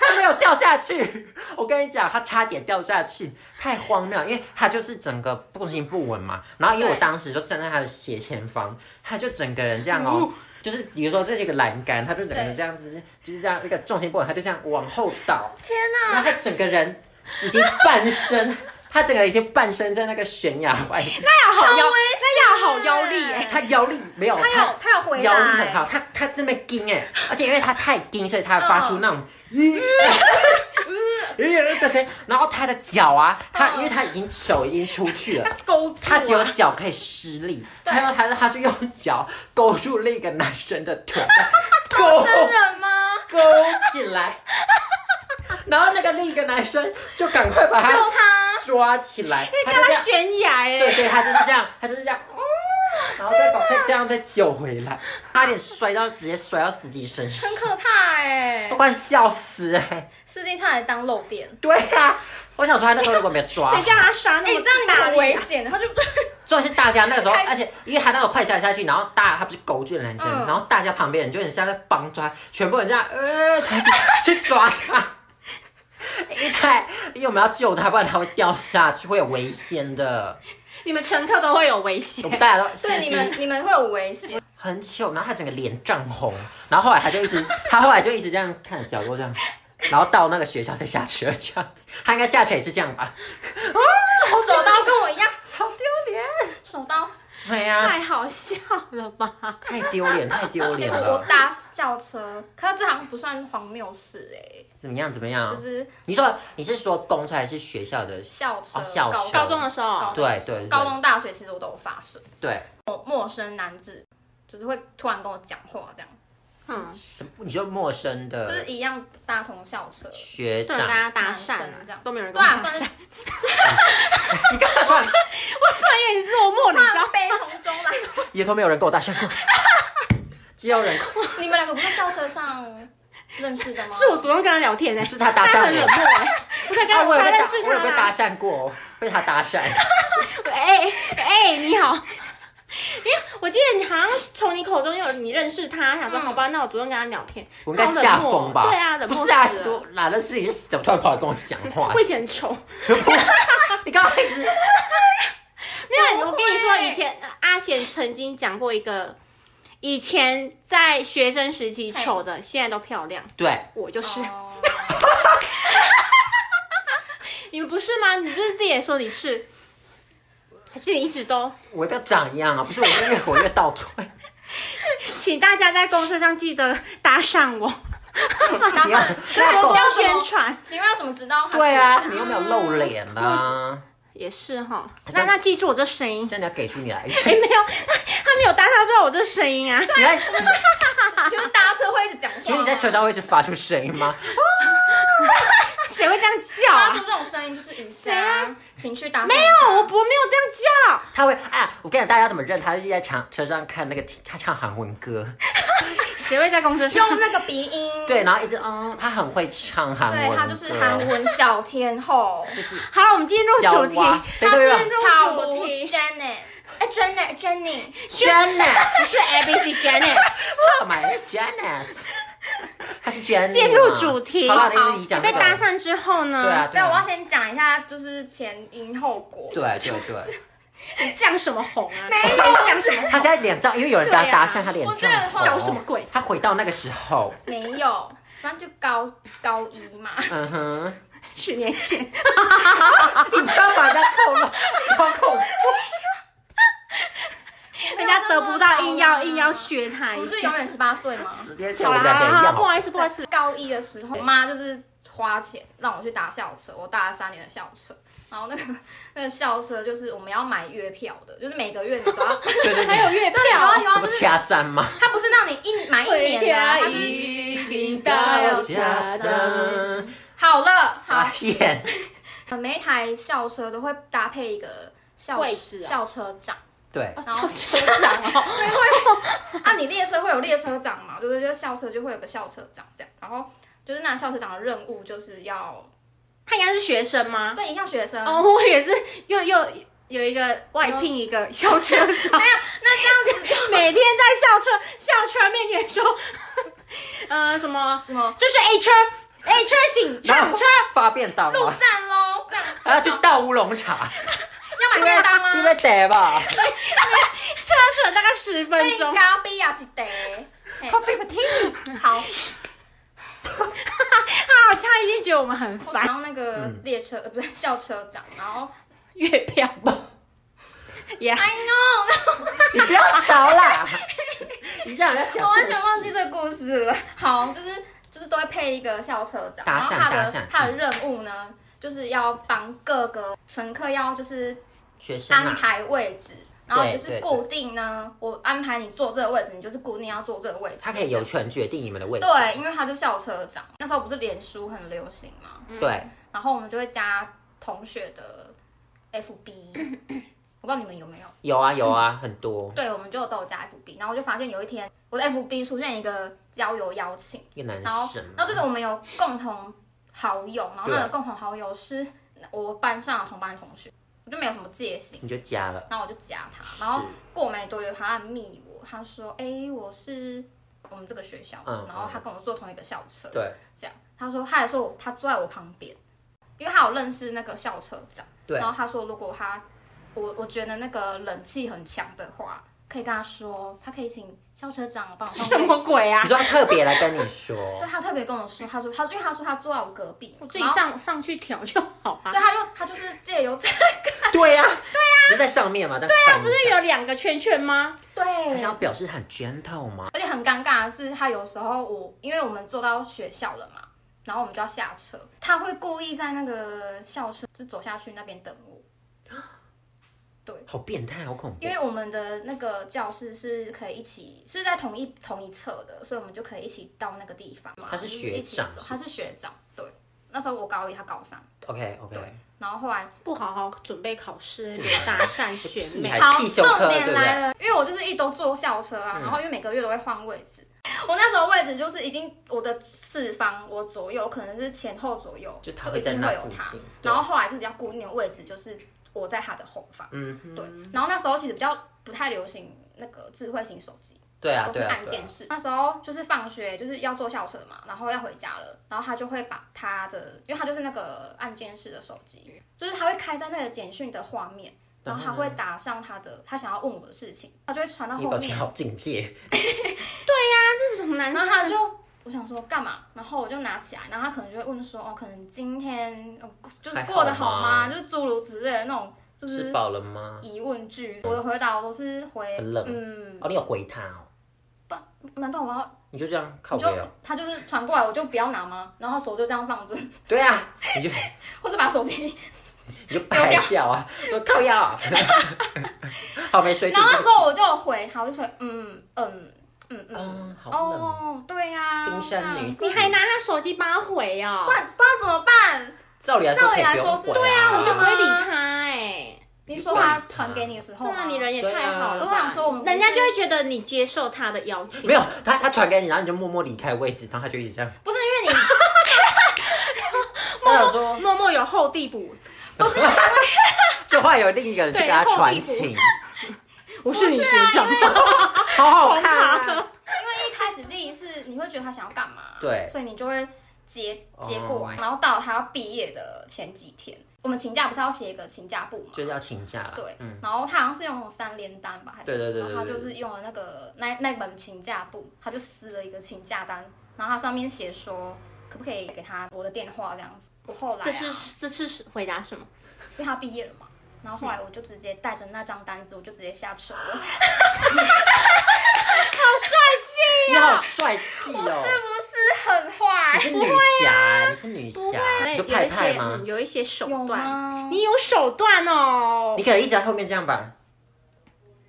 Speaker 2: 他没有掉下去，我跟你讲，他差点掉下去，太荒谬，因为他就是整个不行不稳嘛。然后因为我
Speaker 3: 对
Speaker 2: 当时就站在他的斜前方，他就整个人这样哦，就是比如说这是一个栏杆，他就整个人
Speaker 1: 对
Speaker 2: 这样子，就是这样一个重心不稳，他就这样往后倒，
Speaker 1: 天
Speaker 2: 然
Speaker 1: 哪、
Speaker 2: 后他整个人已经半身，他整个人已经半身在那个悬崖外面，
Speaker 3: 那要好腰，
Speaker 1: 好危险啊
Speaker 3: 那要好腰力哎，
Speaker 2: 他腰力没有，
Speaker 1: 他有他有回来，
Speaker 2: 腰力很好，他他这么硬 (laughs) 哎，而且因为他太硬，所以他发出那种 (laughs) 咦咦的声音，然后他的脚啊，他因为他已经手已经出去 (laughs) 了。
Speaker 3: 勾住
Speaker 2: 他只有
Speaker 3: 啊
Speaker 2: 脚可以施力，
Speaker 1: 对
Speaker 2: 还有他他就用脚勾住另一个男生的 (laughs) 腿，勾
Speaker 1: 生人吗？
Speaker 2: 勾起来， (laughs) 然后那个另一个男生就赶快把
Speaker 1: 救
Speaker 2: 他
Speaker 1: 他！
Speaker 2: 抓起来，他就这
Speaker 3: 掉在
Speaker 2: 样，
Speaker 3: 悬崖哎，
Speaker 2: 对对，他就是这样，他就是这样，哦然后再把再这样再救回来，差点摔到直接摔到司机身上，
Speaker 1: 很可怕哎、
Speaker 2: 我快笑死哎、
Speaker 1: 司机差点当漏便。
Speaker 2: 对啊，我想说他那时候如果没有抓
Speaker 3: 谁，叫他杀
Speaker 1: 哎、
Speaker 3: 那么
Speaker 1: 你这样你
Speaker 3: 大
Speaker 1: 很危
Speaker 3: 力啊？
Speaker 1: 险，他就 (laughs)
Speaker 2: 重点是大家那个时候
Speaker 1: 开，始
Speaker 2: 而且因为他那个快下下去，然后大他不是勾住了男生，
Speaker 1: 嗯
Speaker 2: 然后大家旁边人就很像在帮抓，全部人这样呃去抓他。因为太，因为我们要救他，不然他会掉下去，会有危险的。
Speaker 3: 你们乘客都会有危
Speaker 2: 我
Speaker 3: 险
Speaker 2: 们，大家都司
Speaker 1: 对你
Speaker 2: 机
Speaker 1: 们你们会有危险。
Speaker 2: 很糗，然后他整个脸涨红，然后后来他就一直，他后来就一直这样看着角落这样，然后到那个学校再下去了这样子，他应该下去也是这样吧？啊
Speaker 1: 手刀跟我一样，
Speaker 2: 好丢脸！
Speaker 1: 手刀。
Speaker 2: 对呀、
Speaker 3: 太好笑了吧？
Speaker 2: 太丢脸，太丢
Speaker 1: 哎、
Speaker 2: 脸
Speaker 1: 我我
Speaker 2: 了。
Speaker 1: 搭校车，可是这好像不算荒谬事哎、
Speaker 2: 怎么样？怎么样？
Speaker 1: 就是
Speaker 2: 你说你是说公车还是学校的？
Speaker 1: 校车、
Speaker 2: 哦校车啊
Speaker 1: 高
Speaker 3: 高中的时候
Speaker 1: 高
Speaker 2: 对对对
Speaker 1: 高中、大学其实我都有发生。
Speaker 2: 对，
Speaker 1: 陌陌生男子就是会突然跟我讲话，这样
Speaker 3: 嗯，
Speaker 2: 什么？你说陌生
Speaker 1: 就是
Speaker 2: 的
Speaker 1: 一样搭同校车，
Speaker 2: 学
Speaker 3: 对，
Speaker 2: 长
Speaker 3: 大，家搭讪
Speaker 1: 男生这
Speaker 3: 啊
Speaker 1: 样，
Speaker 3: 都没有人
Speaker 1: 对
Speaker 3: 跟我
Speaker 1: 啊，
Speaker 3: 搭
Speaker 1: 算是
Speaker 3: 讪，
Speaker 1: 突
Speaker 2: 你干 (laughs) 嘛突然？
Speaker 3: 突然有点落寞，你知道
Speaker 1: 然？悲从中来。
Speaker 2: 也都没有人跟我搭讪过，只有人
Speaker 1: 你们两个不是校车上认识的吗？
Speaker 3: 是我主动跟他聊天的，
Speaker 2: 是他搭
Speaker 3: 他
Speaker 2: 讪
Speaker 3: 很冷
Speaker 2: 我。
Speaker 3: 漠 (laughs) 哎，我才
Speaker 2: 啊，
Speaker 3: 刚
Speaker 2: 我有
Speaker 3: 才
Speaker 2: 被搭
Speaker 3: 认识，
Speaker 2: 我有被搭
Speaker 3: 他，
Speaker 2: 讪过，哦被他搭讪。
Speaker 3: 哎哎，你好。 (laughs) 因为我记得你好像从你口中有你认识他，想说
Speaker 1: 嗯
Speaker 3: 好吧，那我主动跟他聊天，
Speaker 2: 我应该吓疯吧？
Speaker 3: 对啊，冷
Speaker 2: 不
Speaker 3: 漠
Speaker 2: 是啊
Speaker 3: 死，了
Speaker 2: 都哪的事情是怎么突然跑来跟我讲话
Speaker 3: 我？以前很丑，
Speaker 2: (laughs) 你刚刚一直
Speaker 3: 没有，我
Speaker 1: 不
Speaker 3: 跟你说，
Speaker 1: 会
Speaker 3: 以前呃阿贤曾经讲过一个，以前在学生时期
Speaker 1: 嘿
Speaker 3: 丑的，现在都漂亮，
Speaker 2: 对，
Speaker 3: 我就是。
Speaker 1: 哦
Speaker 3: 你们不是吗？你不是自己也说你是，还是你一直都？
Speaker 2: 我不要长一样啊！不是我越活越倒退，
Speaker 3: 请大家在公车上记得搭讪我，
Speaker 1: 搭
Speaker 2: 你要
Speaker 1: 讪，
Speaker 2: 你要
Speaker 1: 我
Speaker 2: 狗
Speaker 1: 不要
Speaker 3: 要
Speaker 1: 什么
Speaker 3: 宣传
Speaker 1: 请问要怎么知道他是
Speaker 2: 对啊，
Speaker 1: 女的
Speaker 2: 你又没有露脸啦。
Speaker 3: (laughs) 也是哈。
Speaker 2: 像
Speaker 3: 那那记住我这声音，
Speaker 2: 现在你要给出你来，
Speaker 3: (laughs) 哎、没有，他没有搭讪，他不知道我这声音 (laughs) 啊。
Speaker 2: (laughs) 你来，
Speaker 1: 就是搭车会一直讲话，
Speaker 2: 请问你在车上会一直发出声音吗？
Speaker 3: 谁会这样叫
Speaker 1: 发出
Speaker 3: 啊？
Speaker 1: 这种声音就是雨
Speaker 3: 啊
Speaker 1: 山情绪搭讪，
Speaker 3: 没有，我我没有这样叫。
Speaker 2: 他会啊！我跟你讲，大家怎么认他，就是在车车上看那个他唱韩文歌，
Speaker 3: 谁会在公车上
Speaker 1: 用？那个鼻音，
Speaker 2: 对，然后一直嗯，他很会唱韩文
Speaker 1: 对
Speaker 2: 歌，
Speaker 1: 他就是韩文小天后，
Speaker 2: 就是
Speaker 3: (laughs) 好了，我们进入
Speaker 2: 娇
Speaker 3: 主题。
Speaker 2: 娃，对
Speaker 1: 他
Speaker 2: 对
Speaker 1: 是
Speaker 2: 对，
Speaker 1: 草
Speaker 3: 入主
Speaker 1: 湖
Speaker 3: 题
Speaker 1: Janet，哎 Janet Jenny，
Speaker 3: (laughs)
Speaker 2: Janet，
Speaker 3: 是 A B C (laughs) Janet。
Speaker 2: 买 Janet，他是 Janet，
Speaker 3: 进入主题
Speaker 2: 好了，那你讲
Speaker 3: 被
Speaker 2: 那个
Speaker 3: 搭，讪之后呢？
Speaker 2: 对啊，
Speaker 1: 对，我要
Speaker 2: 啊，
Speaker 1: 先讲一下就是前因后果，
Speaker 2: 对对对，
Speaker 3: 你讲什么红啊？
Speaker 1: 没有
Speaker 3: 你讲什
Speaker 2: 他
Speaker 3: 么红？
Speaker 2: 现在脸照，因为有人搭
Speaker 1: 对啊
Speaker 2: 搭讪他脸
Speaker 1: 我
Speaker 2: 照
Speaker 1: 真的
Speaker 2: 红，
Speaker 3: 搞什么鬼？
Speaker 2: 他回到那个时候，
Speaker 1: 没有，反正就高高一嘛，
Speaker 2: 嗯哼，
Speaker 3: 十年前，啊
Speaker 2: 你不要把人家透 (laughs) 露，好恐怖。
Speaker 3: (laughs) 人家得不到，硬要硬要削他
Speaker 1: (laughs) 我
Speaker 3: 一
Speaker 1: 不是
Speaker 3: 下
Speaker 1: 永。远十八岁吗？
Speaker 2: 十年前
Speaker 3: 好
Speaker 2: 我
Speaker 3: 啦
Speaker 2: 们两个
Speaker 3: 好
Speaker 2: 人
Speaker 3: 啦，好啦
Speaker 2: 要
Speaker 3: 不好意思，不好意思，
Speaker 1: 高一的时候，我妈就是花钱让我去搭校车，我搭了三年的校车。然后那个那个校车就是我们要买月票的，就是每个月你
Speaker 3: (laughs)
Speaker 1: 都要，对
Speaker 2: 对对对，
Speaker 3: 有月
Speaker 1: 对有啊有啊，
Speaker 2: 什
Speaker 1: 就
Speaker 2: 么
Speaker 1: 是
Speaker 2: 掐站吗？
Speaker 1: 它不是让你一买一年的啊，它是
Speaker 2: 已经
Speaker 1: 到
Speaker 3: 家站，
Speaker 1: 好了好
Speaker 2: 啊
Speaker 1: 呃
Speaker 2: 发现
Speaker 1: 每一台校车都会搭配一个校
Speaker 3: 位置啊
Speaker 1: 校车长， (laughs)
Speaker 2: 对，
Speaker 1: 然后
Speaker 3: 哦，校车长哦，
Speaker 1: 对会啊，你列车会有列车长嘛，对不对？就是校车就会有个校车长这样，然后就是那校车长的任务就是要
Speaker 3: (laughs) 他应该是学生吗？
Speaker 1: 对影响学生。
Speaker 3: 哦，我也是，又又有一个外聘一个校车长 (laughs)
Speaker 1: 没，有，那这样子就
Speaker 3: 嗯哎每天在校车校车面前说， (laughs) 呃，什么 (laughs)
Speaker 1: 什么
Speaker 3: 这是 A 车，A 车请
Speaker 2: 然
Speaker 3: 上
Speaker 2: 后
Speaker 3: 车，
Speaker 2: 发便当
Speaker 1: 路
Speaker 2: 吗？
Speaker 1: 站喽，这样
Speaker 2: 还要去倒乌龙茶，
Speaker 1: 要买便当啊吗？
Speaker 2: 你们得吧
Speaker 3: 车程大概十分
Speaker 1: 你
Speaker 3: 钟。
Speaker 1: 咖啡也是得，嘿
Speaker 2: ？Coffee tea，
Speaker 1: 好。
Speaker 3: (laughs) 啊，他一定觉得我们很
Speaker 1: 我
Speaker 3: 烦，
Speaker 1: 然后那个列车呃不是校车长，然后
Speaker 3: 月票也
Speaker 1: 哎呦，
Speaker 2: 你不要吵
Speaker 1: (laughs)
Speaker 2: 啦，你让人家
Speaker 1: no，
Speaker 2: 讲
Speaker 1: 我
Speaker 2: 故
Speaker 1: 完
Speaker 2: 事
Speaker 1: 全忘记这个故事了。好，就是就是都会配一个校车长，然
Speaker 2: 搭
Speaker 1: 后
Speaker 2: 讪
Speaker 1: 他
Speaker 2: 搭
Speaker 1: 的
Speaker 2: 讪
Speaker 1: 他的任务呢，就是要帮各个乘客要就是
Speaker 2: 学生
Speaker 1: 安
Speaker 2: 啊，
Speaker 1: 排位置，然后
Speaker 2: 对
Speaker 1: 就是
Speaker 2: 对对
Speaker 1: 固定呢，我安排你坐这个位置，你就是固定要坐这个位置。
Speaker 2: 他可以有权决定你们的位置，
Speaker 1: 对，因为他就校车长，那时候不是脸书很流行嘛，
Speaker 2: 对，
Speaker 1: 然后我们就会加同学的 FB，我不知道你们有没有。
Speaker 2: 有啊有啊，很多
Speaker 1: 对，我们就都有加 FB，然后我就发现有一天我的 FB 出现一个交友邀请，
Speaker 2: 一个男
Speaker 1: 然后
Speaker 2: 生嘛，
Speaker 1: 然后就是我们有共同好友，然后那个
Speaker 2: 啊对
Speaker 1: 共同好友是我班上的同班同学，我就没有什么戒心，
Speaker 2: 你就加了，
Speaker 1: 然后我就加他，然后
Speaker 2: 是
Speaker 1: 过没多久他来密我，他说：“哎、我是我们这个学校，
Speaker 2: 嗯
Speaker 1: 然后他跟我坐同一个校车，
Speaker 2: 对
Speaker 1: 这样。”他说他还说我他坐在我旁边，因为他有认识那个校车长，
Speaker 2: 对
Speaker 1: 然后他说如果他我我觉得那个冷气很强的话，可以跟他说，他可以请校车长帮我换
Speaker 3: (laughs) 什
Speaker 1: 位置
Speaker 3: 么？鬼啊
Speaker 2: 你？说他特别来跟你
Speaker 1: (laughs) 对
Speaker 2: 说，
Speaker 1: 他特别跟我说，他说他因为他说他坐在我隔壁，
Speaker 3: 我自己
Speaker 1: 然后
Speaker 3: 上上去调就好啊。
Speaker 1: 对，他就他就是借由这，
Speaker 2: 对
Speaker 1: 啊
Speaker 2: 呀对呀，你在上面嘛，对呀，不
Speaker 3: 这有两个圈圈吗？
Speaker 1: 对，
Speaker 2: 他想要表示很 gentle 吗？
Speaker 1: 而且很尴尬的是，他有时候我因为我们坐到学校了嘛，然后我们就要下车，他会故意在那个校车就走下去那边等我，
Speaker 2: 好变态，好恐怖
Speaker 1: 因。为我们的那个教室是可以一起是在同一同一侧的，所以我们就可以一起到那个地方嘛。
Speaker 2: 他是学长
Speaker 1: 就是一起走
Speaker 2: 是不是
Speaker 1: 他是学长，对。那时候我高一，他高三，
Speaker 2: OK OK，
Speaker 1: 然后后来
Speaker 3: 不好好准备考试，搭讪学妹
Speaker 2: 还。
Speaker 1: 好，
Speaker 2: 汽修
Speaker 1: 重
Speaker 2: 课对嗯
Speaker 1: 点
Speaker 2: 不对
Speaker 1: 来了，因为我就是一周坐校车啊，然后因为每个月都会换位置，我那时候位置就是已经我的四方，我左右可能是前后左右，
Speaker 2: 就
Speaker 1: 就
Speaker 2: 他会
Speaker 1: 一
Speaker 2: 在
Speaker 1: 定
Speaker 2: 那
Speaker 1: 会有
Speaker 2: 附
Speaker 1: 他
Speaker 2: 近。对
Speaker 1: 然后后来是比较固定的位置，就是我在他的后方。
Speaker 2: 嗯，
Speaker 1: 对，然后那时候其实比较不太流行那个智慧型手机。
Speaker 2: 对啊，
Speaker 1: 都是
Speaker 2: 对啊，
Speaker 1: 按
Speaker 2: 对啊
Speaker 1: 键式。那时候就是放学就是要坐校车嘛，然后要回家了，然后他就会把他的，因为他就是那个按键式的手机，就是他会开在那个简讯的画面。然后他会打上他的他想要问我的事情，他就会传到
Speaker 2: 嗯啊你
Speaker 1: 后
Speaker 2: 哦表
Speaker 1: 面
Speaker 2: 情，好警戒，
Speaker 3: 这是什么男
Speaker 1: 然
Speaker 3: 生
Speaker 1: 后？他就我想说干嘛，然后我就拿起来，然后他可能就会问说哦，可能今天、呃、就是
Speaker 2: 还好
Speaker 1: 过得好吗？
Speaker 2: 吗
Speaker 1: 就是诸如此类的那种就是
Speaker 2: 吃饱了吗？
Speaker 1: 疑问句。我的回答我都是回
Speaker 2: 嗯很冷
Speaker 1: 嗯，
Speaker 2: 哦，你有回他哦，
Speaker 1: 难道我要
Speaker 2: 你就这样靠
Speaker 1: 你
Speaker 2: 背
Speaker 1: 就
Speaker 2: 哦。
Speaker 1: 他就是传过来，我就不要拿吗？然后手就这样放着， (laughs)
Speaker 2: (laughs) 对啊，你就
Speaker 1: 或者把手机。
Speaker 2: (laughs) 你就拍
Speaker 1: (laughs)
Speaker 2: 掉啊，说靠腰啊，好没水
Speaker 1: 然
Speaker 2: 准。
Speaker 1: 后那时候我就有回他，我就说嗯嗯嗯嗯，
Speaker 2: 嗯，好冷，
Speaker 1: 哦，对呀、
Speaker 2: 冰山女
Speaker 1: 这
Speaker 3: 你
Speaker 1: 样
Speaker 3: 还拿他手机帮他回哦
Speaker 1: 不？然不知道怎么办。
Speaker 2: 照理来说
Speaker 1: 照
Speaker 2: 可
Speaker 1: 理
Speaker 2: 以
Speaker 1: 来
Speaker 2: 不用
Speaker 1: 说是
Speaker 2: 回
Speaker 1: 对啊
Speaker 3: 我
Speaker 1: 我
Speaker 3: 就
Speaker 1: 就
Speaker 3: 不
Speaker 1: 不
Speaker 3: 会
Speaker 1: 会
Speaker 3: 理
Speaker 1: 理
Speaker 3: 他哎。
Speaker 1: 你说他传给你的时候
Speaker 3: 对
Speaker 1: 吗，
Speaker 3: 啊，你人也
Speaker 2: 对啊
Speaker 3: 太好
Speaker 1: 可
Speaker 3: 了吧。
Speaker 1: 我想说我们不是
Speaker 3: 人家就会觉得你接受他的邀请。
Speaker 2: 没有，他他传给你，然后你就默默离开位置，然后他就一直这样。
Speaker 1: 不是因为你 (laughs)
Speaker 2: 他想说，
Speaker 3: 默默有后地补，
Speaker 1: 不是因为
Speaker 2: 就会有另一个人去给他传情，
Speaker 1: 不
Speaker 3: 我
Speaker 1: 是啊，因为
Speaker 2: 好好看
Speaker 3: 红卡
Speaker 2: 啊。
Speaker 3: 的。
Speaker 1: 因为一开始第一次你会觉得他想要干嘛，
Speaker 2: 对
Speaker 1: 所以你就会接接过来，
Speaker 2: 哦
Speaker 1: 然后到他要毕业的前几天，我们请假不是要写一个请假簿嘛？
Speaker 2: 就是要请假了。
Speaker 1: 对，
Speaker 2: 嗯，
Speaker 1: 然后他好像是用三联单吧，还是
Speaker 2: 对对对
Speaker 1: 然
Speaker 2: 对
Speaker 1: 后他
Speaker 2: 对
Speaker 1: 就是用了那个那那本请假簿，他就撕了一个请假单，然后他上面写说可不可以给他我的电话这样子。我后来、啊、
Speaker 3: 这是这是回答什么？
Speaker 1: 因为他毕业了嘛，然后后来我就直接带着那张单子，我就直接下车了。
Speaker 2: 你好帅
Speaker 1: 我 (laughs)
Speaker 2: 气
Speaker 1: 是
Speaker 2: 哦！
Speaker 1: 不是很
Speaker 2: 你
Speaker 1: 坏？
Speaker 2: 是女侠、欸你是女侠，你
Speaker 3: 那啊有
Speaker 2: 就
Speaker 3: 一
Speaker 2: 派
Speaker 3: 些
Speaker 2: 派吗
Speaker 3: 嗯？有一些手
Speaker 1: 啊有
Speaker 3: 段，
Speaker 1: 吗？
Speaker 3: 你有手段哦
Speaker 2: 你。可能一直在后面这样吧，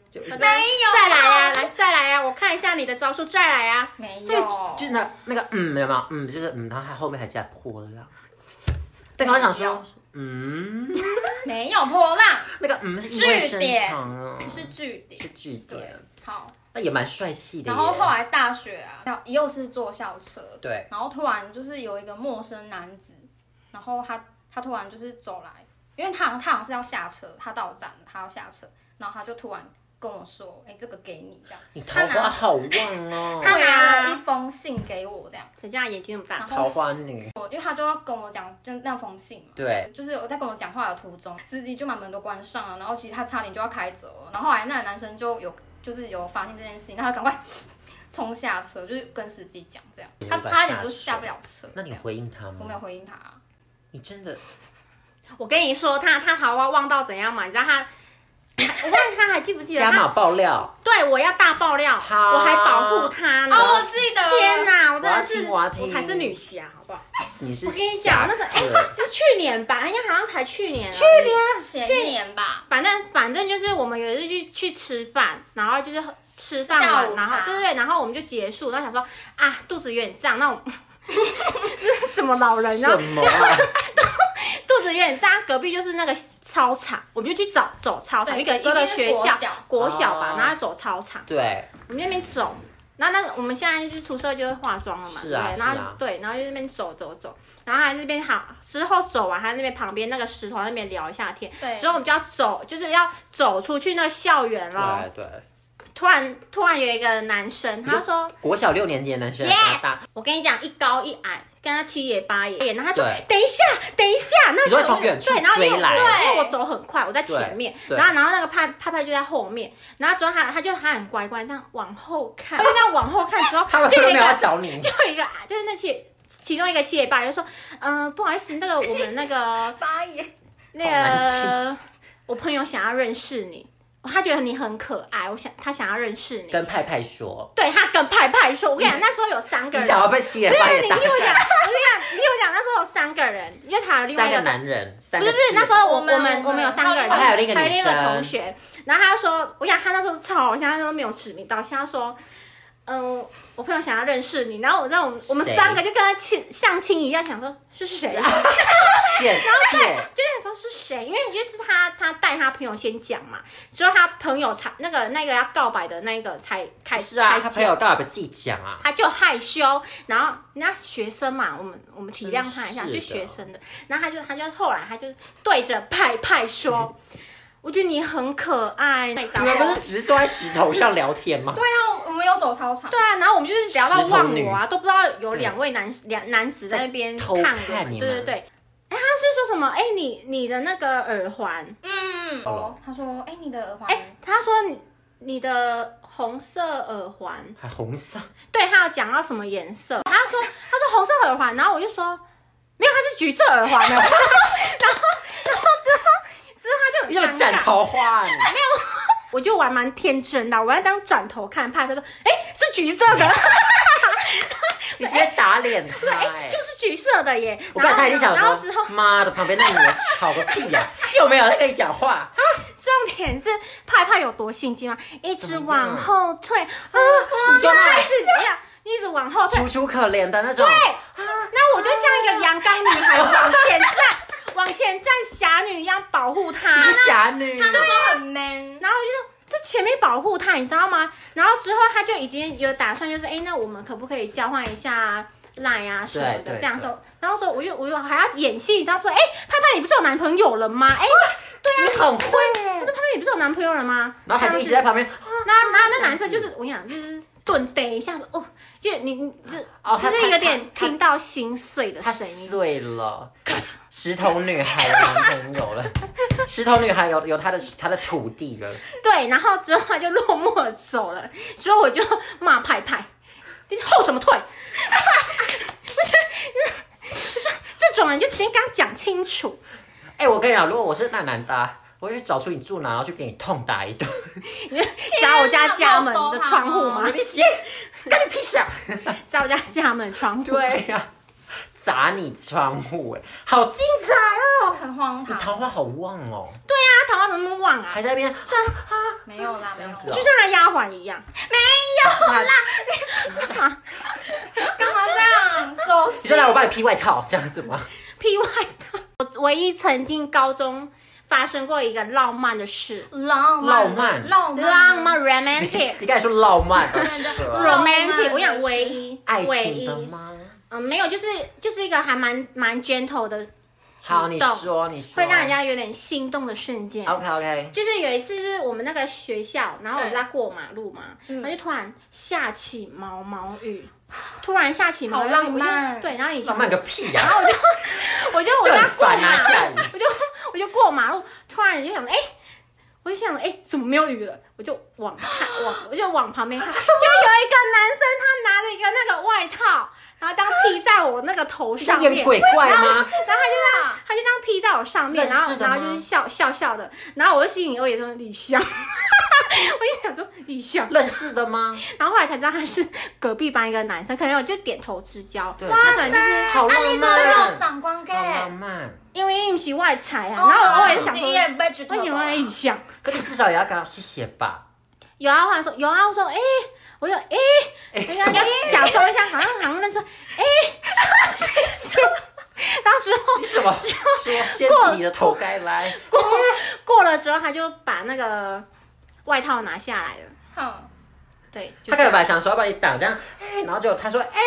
Speaker 2: 就
Speaker 3: 没
Speaker 2: 就
Speaker 1: 有
Speaker 3: 再来
Speaker 2: 啊
Speaker 3: 呀、来再来呀、啊我看一下你的招数，再来啊呀、
Speaker 1: 没有，
Speaker 2: 是那那个嗯，有没有嗯，就是嗯，然后他后面还加泼浪。对，我想说，嗯， (laughs)
Speaker 1: 没有波浪，
Speaker 2: 那个嗯是意味深长哦，
Speaker 1: 是据
Speaker 2: 是
Speaker 1: 点。
Speaker 2: 据
Speaker 1: 对
Speaker 2: 点，，
Speaker 1: 好。
Speaker 2: 那也蛮帅气的
Speaker 1: 然
Speaker 2: 耶。
Speaker 1: 后后来大学啊，要又是坐校车，
Speaker 2: 对，
Speaker 1: 然后突然就是有一个陌生男子，然后他他突然就是走来，因为他好像他好像是要下车，他到站了，他要下车，然后他就突然跟我说：“哎、这个给你。”这样，
Speaker 2: 你
Speaker 1: 他
Speaker 2: 桃
Speaker 1: 拿
Speaker 2: 花好旺哦，
Speaker 1: 他
Speaker 3: 对啊
Speaker 1: 拿了一封信给我，这样，
Speaker 3: 谁叫他眼睛那么大
Speaker 1: 然？
Speaker 2: 桃
Speaker 1: 后
Speaker 2: 花女，
Speaker 1: 我因为他就要跟我讲，就那封信嘛。
Speaker 2: 对，
Speaker 1: 就是我在跟我讲话的途中，司机就把门都关上了，然后其实他差点就要开走了，然后后来那个男生就有就是有发现这件事情，然后他赶快冲下车，就是跟司机讲这样
Speaker 2: 你，无
Speaker 1: 他
Speaker 2: 法
Speaker 1: 差点就下
Speaker 2: 下车
Speaker 1: 不了车。啊
Speaker 2: 那你
Speaker 1: 这样
Speaker 2: 回应他
Speaker 1: 我没有
Speaker 2: 吗？
Speaker 1: 回应他、
Speaker 2: 你真的
Speaker 3: 我跟你说，他他桃花旺到怎样嘛？你知道他，我问他还记不记得
Speaker 2: 加
Speaker 3: 啊他？
Speaker 2: 码爆料，
Speaker 3: 对，我要大爆料，
Speaker 2: 好
Speaker 3: 我还保护他呢。
Speaker 1: 哦，我记得了，
Speaker 3: 天哪，我真的
Speaker 2: 我要
Speaker 3: 是，
Speaker 2: 听我要听
Speaker 3: 才是女侠，好不好？
Speaker 2: 你是
Speaker 3: 我跟你
Speaker 2: 侠
Speaker 3: 讲，那是哎，
Speaker 2: 客
Speaker 3: 是去年吧，应该好像才去年。去年。
Speaker 1: 前年吧，
Speaker 3: 反正反正就是我们有一次去去吃饭，然后就是吃饭
Speaker 1: 下
Speaker 3: 完，
Speaker 1: 午
Speaker 3: 然后
Speaker 1: 茶
Speaker 3: 对对，然后我们就结束，然后想说啊肚子有点胀，那我们这是什么老人然后
Speaker 2: 什么
Speaker 3: (laughs)
Speaker 2: 啊？
Speaker 3: 肚子有点胀，隔壁就是那个操场，我们就去找走操场，
Speaker 1: 对
Speaker 3: 一个一
Speaker 1: 隔壁
Speaker 3: 个
Speaker 1: 是
Speaker 3: 学
Speaker 1: 国
Speaker 3: 校
Speaker 1: 小
Speaker 3: 国小吧
Speaker 2: 哦，
Speaker 3: 然后走操场，
Speaker 2: 对，
Speaker 3: 我们那边走。然后那我们现在就是出社会就会化妆了嘛，
Speaker 2: 是啊
Speaker 3: 对不对，然
Speaker 2: 是
Speaker 3: 后
Speaker 2: 啊
Speaker 3: 对，然后就那边走走走，然后还那边好之后走完，还那边旁边那个石头那边聊一下天，
Speaker 1: 对
Speaker 3: 之后我们就要走，就是要走出去那个校园咯。
Speaker 2: 对对，
Speaker 3: 突然突然有一个男生，他说
Speaker 2: 国小六年级的男生
Speaker 3: Yes！
Speaker 2: 多大？：“
Speaker 3: 我跟你讲，一高一矮，跟他七也八也。”然后他说
Speaker 2: 对：“
Speaker 3: 等一下，等一下。”那
Speaker 2: 你说
Speaker 3: 时候
Speaker 2: 从远处
Speaker 3: 对，然后因为
Speaker 2: 追来
Speaker 3: 对，因为
Speaker 1: 对
Speaker 3: 我走很快，我在前面，
Speaker 2: 对对
Speaker 3: 然后然后那个派派派就在后面，然后之后他他就他很乖乖这样往后看，他就这样往后看之后，
Speaker 2: 啊他们
Speaker 3: 就
Speaker 2: 都
Speaker 3: 有一
Speaker 2: 没有
Speaker 3: 个
Speaker 2: 要找你
Speaker 3: 就有一个啊就是那七其中一个七也八也就说：“嗯、不好意思，那个我们那
Speaker 2: (laughs)
Speaker 3: 个
Speaker 1: 八爷，
Speaker 3: 那
Speaker 2: 好
Speaker 3: 个
Speaker 2: 难
Speaker 3: 我朋友想要认识你，他觉得你很可爱，我想他想要认识你。”
Speaker 2: 跟派派说，
Speaker 3: 对他跟派派说，我跟你讲，那时候有三个
Speaker 2: 你
Speaker 3: 人，
Speaker 2: 想要被吸引八
Speaker 3: 对，
Speaker 2: 也
Speaker 3: 你
Speaker 2: 大
Speaker 3: 听我讲，我跟你讲，你听我讲，那时候有三个人，因为他有另外
Speaker 2: 三
Speaker 3: 一
Speaker 2: 个
Speaker 3: 个同，
Speaker 2: 男人，三
Speaker 3: 不
Speaker 2: 个
Speaker 3: 是不是，那时候我
Speaker 1: 我们
Speaker 3: 我们
Speaker 1: 我
Speaker 3: 我
Speaker 1: 们
Speaker 3: 们有三个人，
Speaker 1: 然后
Speaker 2: 还有另一个女生
Speaker 3: 同学，然后他就说，我跟你讲他那时候超好笑，他那时候没有指名道姓，他说。嗯，我朋友想要认识你，然后我让我们我们
Speaker 2: 谁啊
Speaker 3: 三个就跟他亲相亲一样，想说是谁，
Speaker 2: (laughs) 谢
Speaker 3: 就
Speaker 2: 谢，
Speaker 3: 想说是谁，因为就是他他带他朋友先讲嘛，之后他朋友才那个那个要告白的那个才开始
Speaker 2: 是啊，
Speaker 3: 才
Speaker 2: 他
Speaker 3: 讲
Speaker 2: 朋友到底自己讲啊，
Speaker 3: 他就害羞，然后人家学生嘛，我们我们体谅他一下，
Speaker 2: 真是
Speaker 3: 就
Speaker 2: 的
Speaker 3: 学生的。然后他就他就后来他就对着派派说：“我觉得你很可爱。”
Speaker 2: 你们不是只是坐在石头上聊天吗？
Speaker 1: 对啊，我们有走操场，
Speaker 3: 对啊，然后我们就是聊到忘
Speaker 2: 石
Speaker 3: 我
Speaker 2: 头
Speaker 3: 啊，都不知道有两位男两男子在那边
Speaker 2: 在
Speaker 3: 看
Speaker 2: 偷
Speaker 3: 我们，
Speaker 2: 看你
Speaker 3: 对
Speaker 2: 们
Speaker 3: 对对。哎，他是说什么？哎，你你的那个耳环，
Speaker 1: 嗯，哦，他说，哎，你的耳环，
Speaker 3: 哎，他说你你的红色耳环，
Speaker 2: 还红色，
Speaker 3: 对他有讲到什么颜色，他说他说红色耳环，然后我就说没有，他是橘色耳环啊 (laughs) 呢。然后然后之后
Speaker 2: 你
Speaker 3: 之
Speaker 2: 怎么
Speaker 3: 后他就很
Speaker 2: 斩
Speaker 3: 尴尬，
Speaker 2: 桃花啊你？
Speaker 3: 我就我还蛮天真的，我还当转头看派派说，哎、是橘色
Speaker 2: (laughs)
Speaker 3: 的，
Speaker 2: 你直接打脸他
Speaker 3: 对，哎、
Speaker 2: 哎
Speaker 3: 就！是橘色的耶。
Speaker 2: 我刚才一定想
Speaker 3: 然后之后
Speaker 2: 说，妈的，旁边那女的吵个屁呀， (laughs) 又没有在跟你讲话，
Speaker 3: 重点是派派有多信心吗？一直
Speaker 2: 怎么样
Speaker 3: 往后退啊，
Speaker 2: 你说
Speaker 3: 他一直怎么样？一直往后退，
Speaker 2: 楚楚可怜的那种，
Speaker 3: 对，那我就像一个阳刚女孩往前站，往前站，侠女一样保护
Speaker 2: 你
Speaker 3: 她。
Speaker 2: 是侠女，
Speaker 1: 他那时候很 man，
Speaker 3: 然后就这前面保护他，你知道吗？然后之后他就已经有打算，就是哎，诶那我们可不可以交换一下赖啊什么
Speaker 2: 对
Speaker 3: 的
Speaker 2: 对
Speaker 3: 这样说？然后说我又我又还要演戏，你知道吗说哎，派派你不是有男朋友了吗？
Speaker 2: 哦
Speaker 3: 哎，
Speaker 2: 你很会。
Speaker 3: 我说派派你不是有男朋友了吗？
Speaker 2: 然后他就一直在旁边，
Speaker 3: 那那那男生就是我跟你讲，就是顿逮一下子，哦，就你你这
Speaker 2: 哦他
Speaker 3: 就是
Speaker 2: 他
Speaker 3: 有点
Speaker 2: 他
Speaker 3: 听到心碎的
Speaker 2: 她
Speaker 3: 声音。
Speaker 2: 碎了，石头女孩有男朋
Speaker 3: (laughs)
Speaker 2: 友了，石头女孩有有她的她的土地了，
Speaker 3: 对，然后之后他就落寞地走了，之后我就骂派派，你后什么退？我就就就说这种人就直接跟他讲清楚，
Speaker 2: 哎、我跟你讲，如果我是那男的啊、我会去找出你住哪，然后去给你痛打一顿。
Speaker 3: 砸我家
Speaker 1: 哪
Speaker 3: 家
Speaker 1: 没
Speaker 3: 门的
Speaker 1: 有收
Speaker 3: 窗户
Speaker 1: 好啊
Speaker 3: 吗
Speaker 1: (laughs) 吗？
Speaker 2: 你起，干你屁事啊！
Speaker 3: 砸我家家门窗户。
Speaker 2: 对呀、砸你窗户，哎，好精彩
Speaker 3: 啊
Speaker 2: 哦！
Speaker 1: 很荒
Speaker 2: 你
Speaker 1: 唐。
Speaker 2: 桃花好旺哦，
Speaker 3: 他桃花怎么那么旺
Speaker 1: 哎
Speaker 3: 啊
Speaker 2: 还？在那边
Speaker 1: 没有啦，没有啦
Speaker 2: 这样，子
Speaker 3: 就
Speaker 2: 哦
Speaker 3: 像他丫鬟一样，
Speaker 2: 啦，
Speaker 1: 干嘛这样？走
Speaker 2: 你
Speaker 1: 心
Speaker 2: 就来我帮你披外套这样子吗？
Speaker 3: 屁外套。我唯一曾经高中发生过一个浪漫的事，
Speaker 1: 浪
Speaker 2: 浪漫
Speaker 1: 浪漫
Speaker 3: 浪漫
Speaker 2: 你
Speaker 3: romantic
Speaker 2: (laughs) 你刚才说浪
Speaker 3: (laughs)
Speaker 2: 漫的
Speaker 1: 真的
Speaker 2: 是
Speaker 1: (laughs)
Speaker 2: 吧
Speaker 1: 浪漫
Speaker 3: romantic，
Speaker 1: 的
Speaker 3: 我想
Speaker 1: 事
Speaker 3: 唯一
Speaker 2: 爱
Speaker 3: 唯
Speaker 2: 情的
Speaker 3: 一，
Speaker 2: 吗？
Speaker 3: 嗯，没有，就是就是一个还蛮蛮 gentle 的
Speaker 2: 好，
Speaker 3: 主
Speaker 2: 你
Speaker 3: 动
Speaker 2: 说，你说，
Speaker 3: 会让人家有点心动的瞬间。
Speaker 2: OK OK，
Speaker 3: 就是有一次，就是我们那个学校，然后我们
Speaker 1: 对
Speaker 3: 在过马路嘛，
Speaker 1: 嗯
Speaker 3: 然后就突然下起毛毛雨，突然下起毛
Speaker 1: 好
Speaker 3: 毛雨，
Speaker 1: 浪
Speaker 3: 我就
Speaker 1: 漫
Speaker 3: 对，然后以前
Speaker 2: 浪漫个屁呀、
Speaker 3: 我就我
Speaker 2: 就
Speaker 3: 就
Speaker 2: 很
Speaker 3: 要过
Speaker 2: 烦啊，
Speaker 3: 马路，
Speaker 2: 下雨。
Speaker 3: 我就过马路，突然就想，哎、我就想，哎、怎么没有雨了？我就往看往，我就往旁
Speaker 2: 啊
Speaker 3: 边看，就有一个男生他拿了一个那个外套，然后这样披在我那个头
Speaker 2: 你
Speaker 3: 上
Speaker 2: 在演
Speaker 3: 面，
Speaker 2: 鬼怪吗？
Speaker 3: 然后他就这样，他就这样披在我上面，
Speaker 2: 认
Speaker 3: 然后
Speaker 2: 识的
Speaker 3: 然
Speaker 2: 吗
Speaker 3: 后就是笑笑笑的，然后我就心里我也说李湘， (laughs) 我就想说李湘，
Speaker 2: 认识的吗？
Speaker 3: 然后后来才知道他是隔壁班一个男生，可能我就点头之交，
Speaker 2: 对
Speaker 3: 他可能就是
Speaker 2: 好
Speaker 1: 那
Speaker 2: 浪
Speaker 1: 你怎么
Speaker 2: 漫，
Speaker 1: 没有
Speaker 2: 好
Speaker 1: 闪光 gay？
Speaker 2: 浪漫。
Speaker 3: 因为运气外财啊，然后我偶尔就想说，
Speaker 1: 一
Speaker 3: 为
Speaker 1: 眼被知道
Speaker 3: 什么李湘？
Speaker 2: 可是至少也要跟他谢谢吧。
Speaker 3: 有啊，后来说有啊，我说哎、我就哎，
Speaker 2: 哎、
Speaker 3: 人
Speaker 2: 什
Speaker 3: 家
Speaker 2: 么
Speaker 3: 假装一下，好像好像认识，哎、 (laughs) 谢谢。然后之后
Speaker 2: 你什么？说掀起你的头盖来。
Speaker 3: 过过了之后，他就把那个外套拿下来了。
Speaker 1: 哼，
Speaker 3: 对，就
Speaker 2: 他可能本来想说要把你挡这样，哎，然后就他说哎、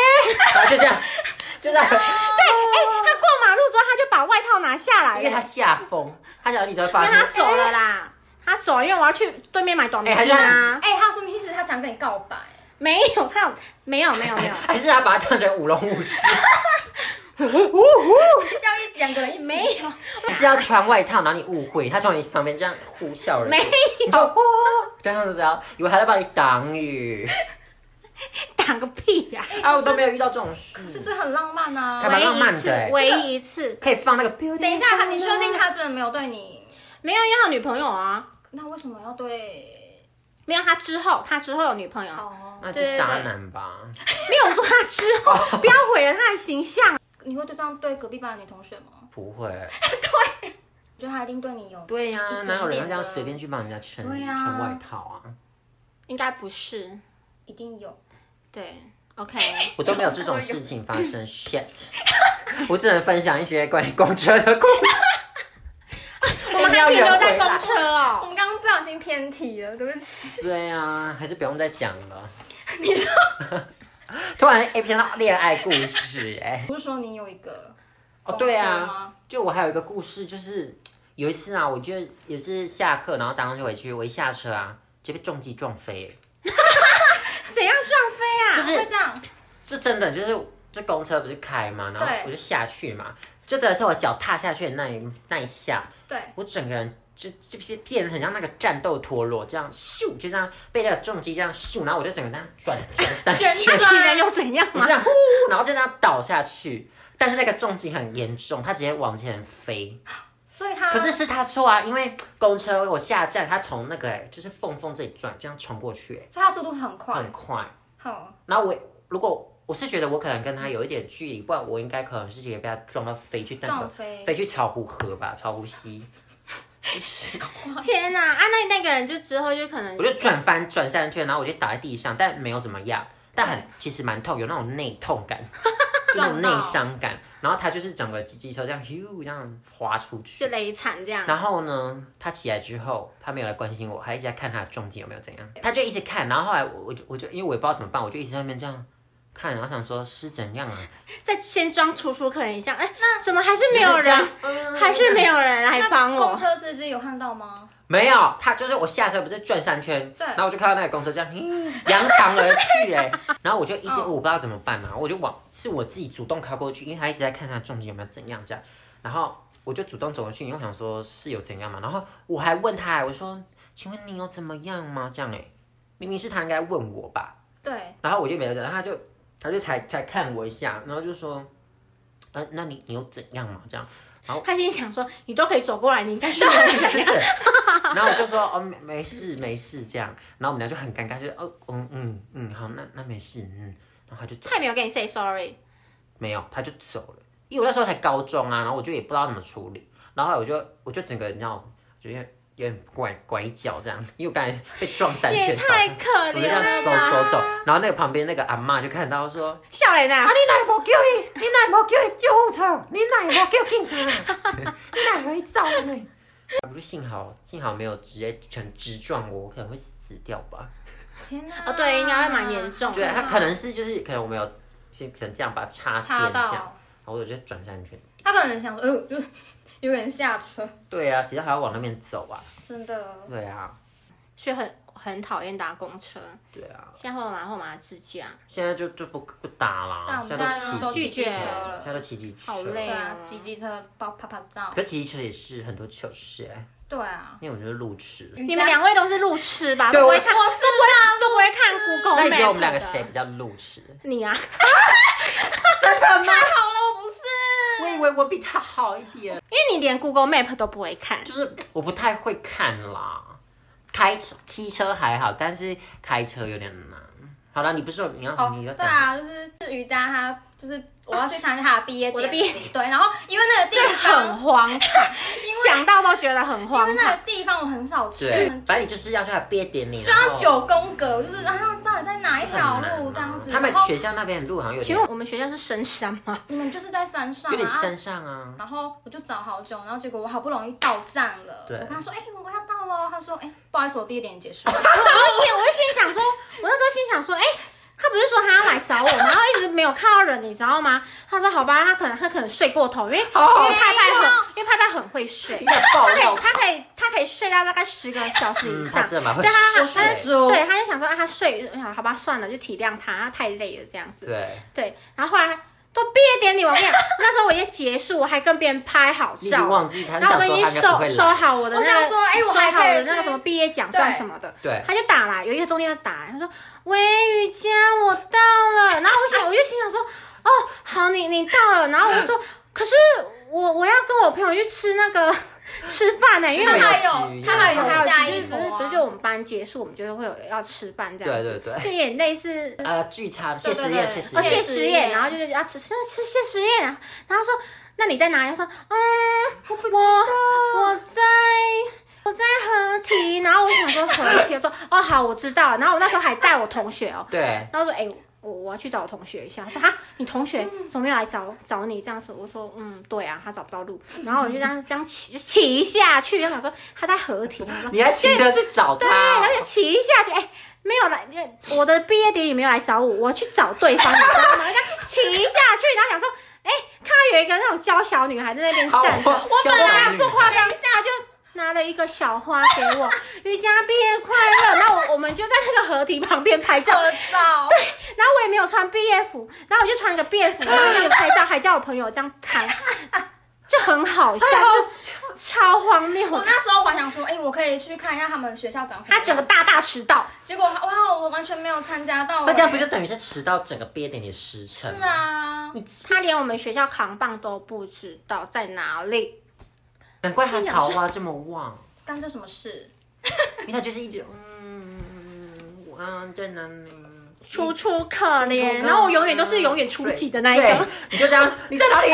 Speaker 2: 然后就这样，就这样，
Speaker 3: (laughs) 对，哎、他过马路之后，他就把外套拿下来了，
Speaker 2: 因为
Speaker 3: 因为
Speaker 2: 他
Speaker 3: 他
Speaker 2: 下风，他想要你才会发现。
Speaker 3: 走了啦，他走了，因为我要去对面买短
Speaker 2: 哎还
Speaker 3: 裙
Speaker 2: 是他
Speaker 3: 啊。
Speaker 1: 哎，他有什么意思？他想跟你告白？
Speaker 3: 没有，他有没有没有 (laughs) 没有
Speaker 2: 还是他把他当成舞龙舞狮，
Speaker 1: 要一两个人一起？
Speaker 3: 没有，
Speaker 2: 是要穿外套，然后你误会，他从你旁边这样呼啸而过
Speaker 3: 没
Speaker 2: 你就哇这样子，然后以为他在帮你挡雨，
Speaker 3: 挡个屁 (laughs) 呀、
Speaker 2: 啊，我都没有遇到这种
Speaker 1: 是
Speaker 2: 事，
Speaker 1: 这很浪漫啊
Speaker 2: 还。蛮浪漫的欸
Speaker 3: 唯一一次
Speaker 2: 可以放那个 b u i l d
Speaker 1: 等一下，他你确定他真的没有对你？
Speaker 3: 没有，因为他有女朋友啊，
Speaker 1: 那为什么要对？
Speaker 3: 没有他之后，他之后有女朋友，
Speaker 1: 哦，
Speaker 2: 那就
Speaker 3: 对对对
Speaker 2: 渣男吧。哦
Speaker 3: 没有我说他之后， (laughs) 不要毁了他的形象。
Speaker 1: 你会对这样对隔壁班的女同学吗？
Speaker 2: 不会，
Speaker 1: 我觉得他一定对你有。
Speaker 2: 对呀、
Speaker 1: 一点
Speaker 2: 哪有人会
Speaker 1: 点
Speaker 2: 这样
Speaker 1: 的
Speaker 2: 随便去帮人家撑
Speaker 1: 对呀
Speaker 2: 撑外套啊？
Speaker 3: 应该不是，
Speaker 1: 一定有，
Speaker 3: 对，OK，
Speaker 2: 我都没有这种事情发
Speaker 1: (laughs)
Speaker 2: 生，shit！我只能分享一些关于公车的故事。
Speaker 3: (laughs) 我们还停留在公车
Speaker 1: 我
Speaker 3: 哦。
Speaker 1: 们刚刚不小心偏题了，对不起。
Speaker 2: 对呀、还是不用再讲了。
Speaker 1: 你说，
Speaker 2: 突然 A 片到恋爱故事、哎，
Speaker 1: 不是说你有一个
Speaker 2: 哦，对
Speaker 1: 公车
Speaker 2: 啊，
Speaker 1: 吗，
Speaker 2: 就我还有一个故事，就是有一次啊，我就也是下课，然后打上去回去，我一下车啊，就被重机撞飞、哎
Speaker 3: 怎样撞飞啊？
Speaker 2: 就是
Speaker 1: 会这样，
Speaker 2: 是真的，就是这公车不是开嘛，然后
Speaker 1: 对
Speaker 2: 我就下去嘛，就真的是我脚踏下去的那一那一下，
Speaker 1: 对，
Speaker 2: 我整个人就就是变得很像那个战斗陀螺这样咻，就这样被那个重击这样咻，然后我就整个那样转转三圈，
Speaker 1: 旋
Speaker 2: (laughs)
Speaker 3: 那你人
Speaker 1: 转
Speaker 3: 又怎样
Speaker 2: 我
Speaker 3: 嘛
Speaker 2: 就？这样呼，然后就这样倒下去。但是那个重击很严重，它直接往前飞。
Speaker 1: 所以他
Speaker 2: 可是是他错啊，因为公车我下站，他从那个、欸、就是缝缝这里转，这样冲过去、
Speaker 1: 所以他速度很
Speaker 2: 欸，
Speaker 1: 快
Speaker 2: 很，快。
Speaker 1: 好，
Speaker 2: 然后我如果我是觉得我可能跟他有一点距离，不然我应该可能是直接被他撞到飞去那
Speaker 1: 撞
Speaker 2: 个
Speaker 1: 飞，
Speaker 2: 飞去巢湖河吧，巢湖溪。
Speaker 3: 天哪！啊，那那个人就之后就可能
Speaker 2: 我就转翻转三圈，然后我就打在地上，但没有怎么样，但很其实蛮痛，有那种内痛
Speaker 1: (laughs)
Speaker 2: 感，就那种内伤感。然后他就是整个机机车这样咻这样滑出
Speaker 3: 就
Speaker 2: 去。
Speaker 3: 累惨这样。
Speaker 2: 然后呢，他起来之后，他没有来关心我，还一直在看他的重击有没有怎样，他就一直看。然后后来我我就我就因为我也不知道怎么办，我就一直在那边这样看，然后想说是怎样啊？
Speaker 3: 再先装楚楚可怜一下，哎、那怎么还是没有人，还是没有人来帮
Speaker 1: 那公
Speaker 3: 我？
Speaker 1: 车司机有看到吗？
Speaker 2: 没有，他就是我下车不是转三圈，
Speaker 1: 对
Speaker 2: 然后我就看到那个公车这样嗯扬长而去哎、然后我就一直、
Speaker 1: 嗯
Speaker 2: 我不知道怎么办嘛、我就往是我自己主动靠过去，因为他一直在看他的重击有没有怎样这样，然后我就主动走过去，因为我想说是有怎样嘛，然后我还问他，我说请问你有怎么样吗？这样哎、明明是他应该问我吧，
Speaker 1: 对，
Speaker 2: 然后我就没有讲，然后他就他就才才看我一下，然后就说，嗯、那你你有怎样嘛这样。
Speaker 3: 他心里想说，你都可以走过来，你应该是没有怎样？
Speaker 2: (laughs) 然后我就说哦没没事没事这样，然后我们俩就很尴尬，就哦嗯嗯嗯好那那没事嗯，然后他就走
Speaker 3: 他也没有跟你 say sorry，
Speaker 2: 没有他就走了，因为我那时候才高中啊，然后我就也不知道怎么处理，然后后来我就我就整个你知道，就有点有点拐拐角这样，因为我刚才被撞三
Speaker 3: 也
Speaker 2: 圈倒
Speaker 3: 太
Speaker 2: 下，
Speaker 3: 可
Speaker 2: 我就这
Speaker 3: 怜了
Speaker 2: 样走
Speaker 3: 吧！
Speaker 2: 走走，然后那个旁边那个阿嬷就看到说
Speaker 3: 笑脸
Speaker 2: 啊！
Speaker 3: 呐，
Speaker 2: 你哪会无叫伊？你哪会无叫伊救护车？你哪会无叫警察？你哪会走呢？我就幸好幸好没有直接成直撞我，我可能会死掉吧。
Speaker 1: 天哪！
Speaker 3: 哦对应该会蛮严重的
Speaker 1: 啊
Speaker 2: 对他可能是就是可能我没有先成这样把插线
Speaker 1: 插
Speaker 2: 这样，然
Speaker 1: 到，
Speaker 2: 后我就转三圈。
Speaker 1: 他可能想说，呃，就是 (laughs) 有点下车，
Speaker 2: 对啊，谁叫还要往那边走啊？
Speaker 1: 真的。
Speaker 2: 对啊，
Speaker 3: 却很很讨厌搭公车。
Speaker 2: 对啊，
Speaker 3: 现在会买后买自驾，
Speaker 2: 现在就就不不打
Speaker 1: 但
Speaker 2: 啦，
Speaker 1: 我们
Speaker 2: 现在
Speaker 1: 现在
Speaker 2: 都
Speaker 1: 都
Speaker 2: 骑
Speaker 3: 骑
Speaker 2: 机
Speaker 3: 机
Speaker 2: 车，
Speaker 3: 车
Speaker 1: 了
Speaker 2: 现在都骑机车，
Speaker 3: 好累
Speaker 1: 对
Speaker 3: 哦
Speaker 1: 啊，骑机车包拍拍照。
Speaker 2: 可骑机车也是很多糗事哎、
Speaker 1: 对啊，
Speaker 2: 因为我觉得路痴。
Speaker 1: 你
Speaker 3: 你们两位都是路痴吧？
Speaker 2: 对
Speaker 3: 都
Speaker 2: 我
Speaker 3: 不会看，我是都不会看 Google
Speaker 2: 那
Speaker 3: Map。
Speaker 2: 你觉得我们两个谁？比较路痴？
Speaker 3: 你啊，
Speaker 2: 真的吗？
Speaker 1: 太好了，我不是。
Speaker 2: 我以为我比他好一点，
Speaker 3: 因为你连 Google Map 都不会看。
Speaker 2: 就是我不太会看啦。开车、骑车还好，但是开车有点难。好了，你不是说你要、
Speaker 1: 哦
Speaker 2: 你要，
Speaker 1: 对
Speaker 2: 讲？
Speaker 1: 啊，就是是瑜伽，他就是我要去参加他的毕业典礼，
Speaker 3: 我的毕业
Speaker 1: 对，然后因为那个地
Speaker 3: 很
Speaker 1: 方，
Speaker 3: 荒唐，想到都觉得很
Speaker 1: 因
Speaker 3: 荒
Speaker 1: 为那个
Speaker 3: 唐。
Speaker 1: 地方我很少去，
Speaker 2: 对，反正你就是要去他毕业典礼，
Speaker 1: 就
Speaker 2: 然
Speaker 1: 像
Speaker 2: 后
Speaker 1: 九宫格，我就是啊，到底在哪一
Speaker 2: 很难
Speaker 1: 条
Speaker 2: 啊
Speaker 1: 路这样子？
Speaker 2: 他们
Speaker 1: 然后
Speaker 2: 学校那边的路好像有
Speaker 3: 请
Speaker 2: 点
Speaker 3: 问我们学校是深山吗？
Speaker 1: 你们就是在山上
Speaker 2: 有点
Speaker 1: 啊，
Speaker 2: 山上啊。
Speaker 1: 然后我就找好久，然后结果我好不容易到站了，
Speaker 2: 对
Speaker 1: 我跟他说，哎、我要到了，他说，哎、不好意思，我毕业典礼结束了，
Speaker 3: 我就心，我就心想说，我那时候心想说，哎、他不是说他要来找我吗，然后一直没有看到人，你知道吗？他说好吧，他可能他可能睡过头，因为因为
Speaker 2: 好好
Speaker 3: 派派
Speaker 1: 笑
Speaker 3: 很，因为派派很会睡，
Speaker 2: (laughs) 你在爆
Speaker 3: 他可以
Speaker 2: 料，
Speaker 3: 他可以他可以睡到大概十个小时以
Speaker 2: 嗯，
Speaker 3: 上
Speaker 2: 他。真的蛮会
Speaker 3: 对他
Speaker 1: 我
Speaker 2: 睡
Speaker 1: 是猪，
Speaker 3: 对，他就想说，啊，他睡，我想好吧，算了，就体谅他，他太累了这样子。
Speaker 2: 对，
Speaker 3: 对，然后后来都毕业典礼，我跟你讲， (laughs) 那时候我已经结束，我还跟别人拍好
Speaker 2: 你已经
Speaker 3: 照，
Speaker 2: 忘记他，你
Speaker 3: 然
Speaker 2: 想
Speaker 3: 后我
Speaker 2: 说
Speaker 3: 已
Speaker 2: 他
Speaker 3: 经
Speaker 2: 应该不
Speaker 3: 收
Speaker 2: 会
Speaker 3: 收
Speaker 2: 来。
Speaker 3: 好我的那
Speaker 1: 我
Speaker 3: 个，
Speaker 1: 想说哎我
Speaker 3: 收
Speaker 1: 还可以
Speaker 3: 好我的那
Speaker 1: 去
Speaker 3: 个什么毕业奖状
Speaker 1: 对
Speaker 3: 什么的，
Speaker 2: 对，
Speaker 3: 他就打来，有一个中间就打来，他说：“喂，雨佳，我到
Speaker 1: (laughs)
Speaker 3: 了。”然后我想，我就心想说：“哦，好，你你到了。”然后我就说：“可是我我要跟我朋友去吃那个 (laughs) 吃饭呢、因
Speaker 1: 他
Speaker 3: 为
Speaker 2: 没
Speaker 3: 他
Speaker 2: 有
Speaker 1: 还
Speaker 2: 去
Speaker 1: 有他
Speaker 2: 还
Speaker 1: 还
Speaker 2: 有
Speaker 1: 有
Speaker 3: 还
Speaker 1: 下一啊
Speaker 3: 有就是不是
Speaker 1: 坨、
Speaker 3: 不是就我们班结束，我们就会有要吃饭这样
Speaker 2: 对
Speaker 3: 子，
Speaker 2: 对对，
Speaker 3: 就有点类似
Speaker 2: 呃，聚餐、谢
Speaker 1: 对对
Speaker 2: 师宴、
Speaker 1: 对
Speaker 2: 谢师
Speaker 3: 哦，
Speaker 1: 而
Speaker 2: 宴
Speaker 1: 且
Speaker 3: 谢，
Speaker 1: 实
Speaker 3: 实
Speaker 1: 验
Speaker 3: 验，然后就是要吃吃吃谢实验啊，然后说那你在哪里？他说嗯，我我在我在合体，然后我想说合体，我说哦好，我知道了，然后我那时候还带我同学哦，
Speaker 2: 对，
Speaker 3: 然后说哎。我我要去找我同学一下，他说哈，你同学怎么没有来找找你这样子？我说嗯，对啊，他找不到路，然后我就这样这样骑就骑下去，然后想说他在合体，然后说
Speaker 2: 你还骑车去找他
Speaker 3: 对，
Speaker 2: 哦，
Speaker 3: 然后就骑下去，哎、没有来，我的毕业典礼没有来找我，我去找对方，你知道吗？人家骑下去，然后想说，哎、看到有一个那种娇小女孩在那边
Speaker 2: 好，
Speaker 3: 站着，
Speaker 2: 我
Speaker 1: 本来
Speaker 2: 不
Speaker 3: 夸张一下就。拿了一个小花给我， (laughs) 瑜伽毕业快乐。那我我们就在那个河堤旁边拍照，
Speaker 1: 合照，
Speaker 3: 然后我也没有穿毕业服，然后我就穿一个毕业服，然后那个拍照，还叫我朋友这样拍，就很 (laughs) 好笑，就超荒谬
Speaker 1: 我
Speaker 3: 的。
Speaker 1: 那时候我还想说，哎、我可以去看一下他们学校长什么
Speaker 3: 他
Speaker 1: 样，
Speaker 3: 整个大大迟到，
Speaker 1: 结果哇，我完全没有参加到、欸
Speaker 2: 那这样不就等于是迟到整个毕业典礼的时
Speaker 1: 是
Speaker 2: 辰？，
Speaker 1: 啊，
Speaker 3: 他连我们学校扛棒都不知道在哪里。
Speaker 2: 难怪他桃花这么旺，
Speaker 1: 干这什么事？
Speaker 2: 因为他就是一直嗯，我嗯在哪里？
Speaker 3: 楚楚
Speaker 2: 楚楚
Speaker 3: 可
Speaker 2: 可
Speaker 3: 怜，
Speaker 2: 怜
Speaker 3: 然后我永远都是永远出几的那一个。
Speaker 2: 对，你就这样，你在哪 (laughs) 里？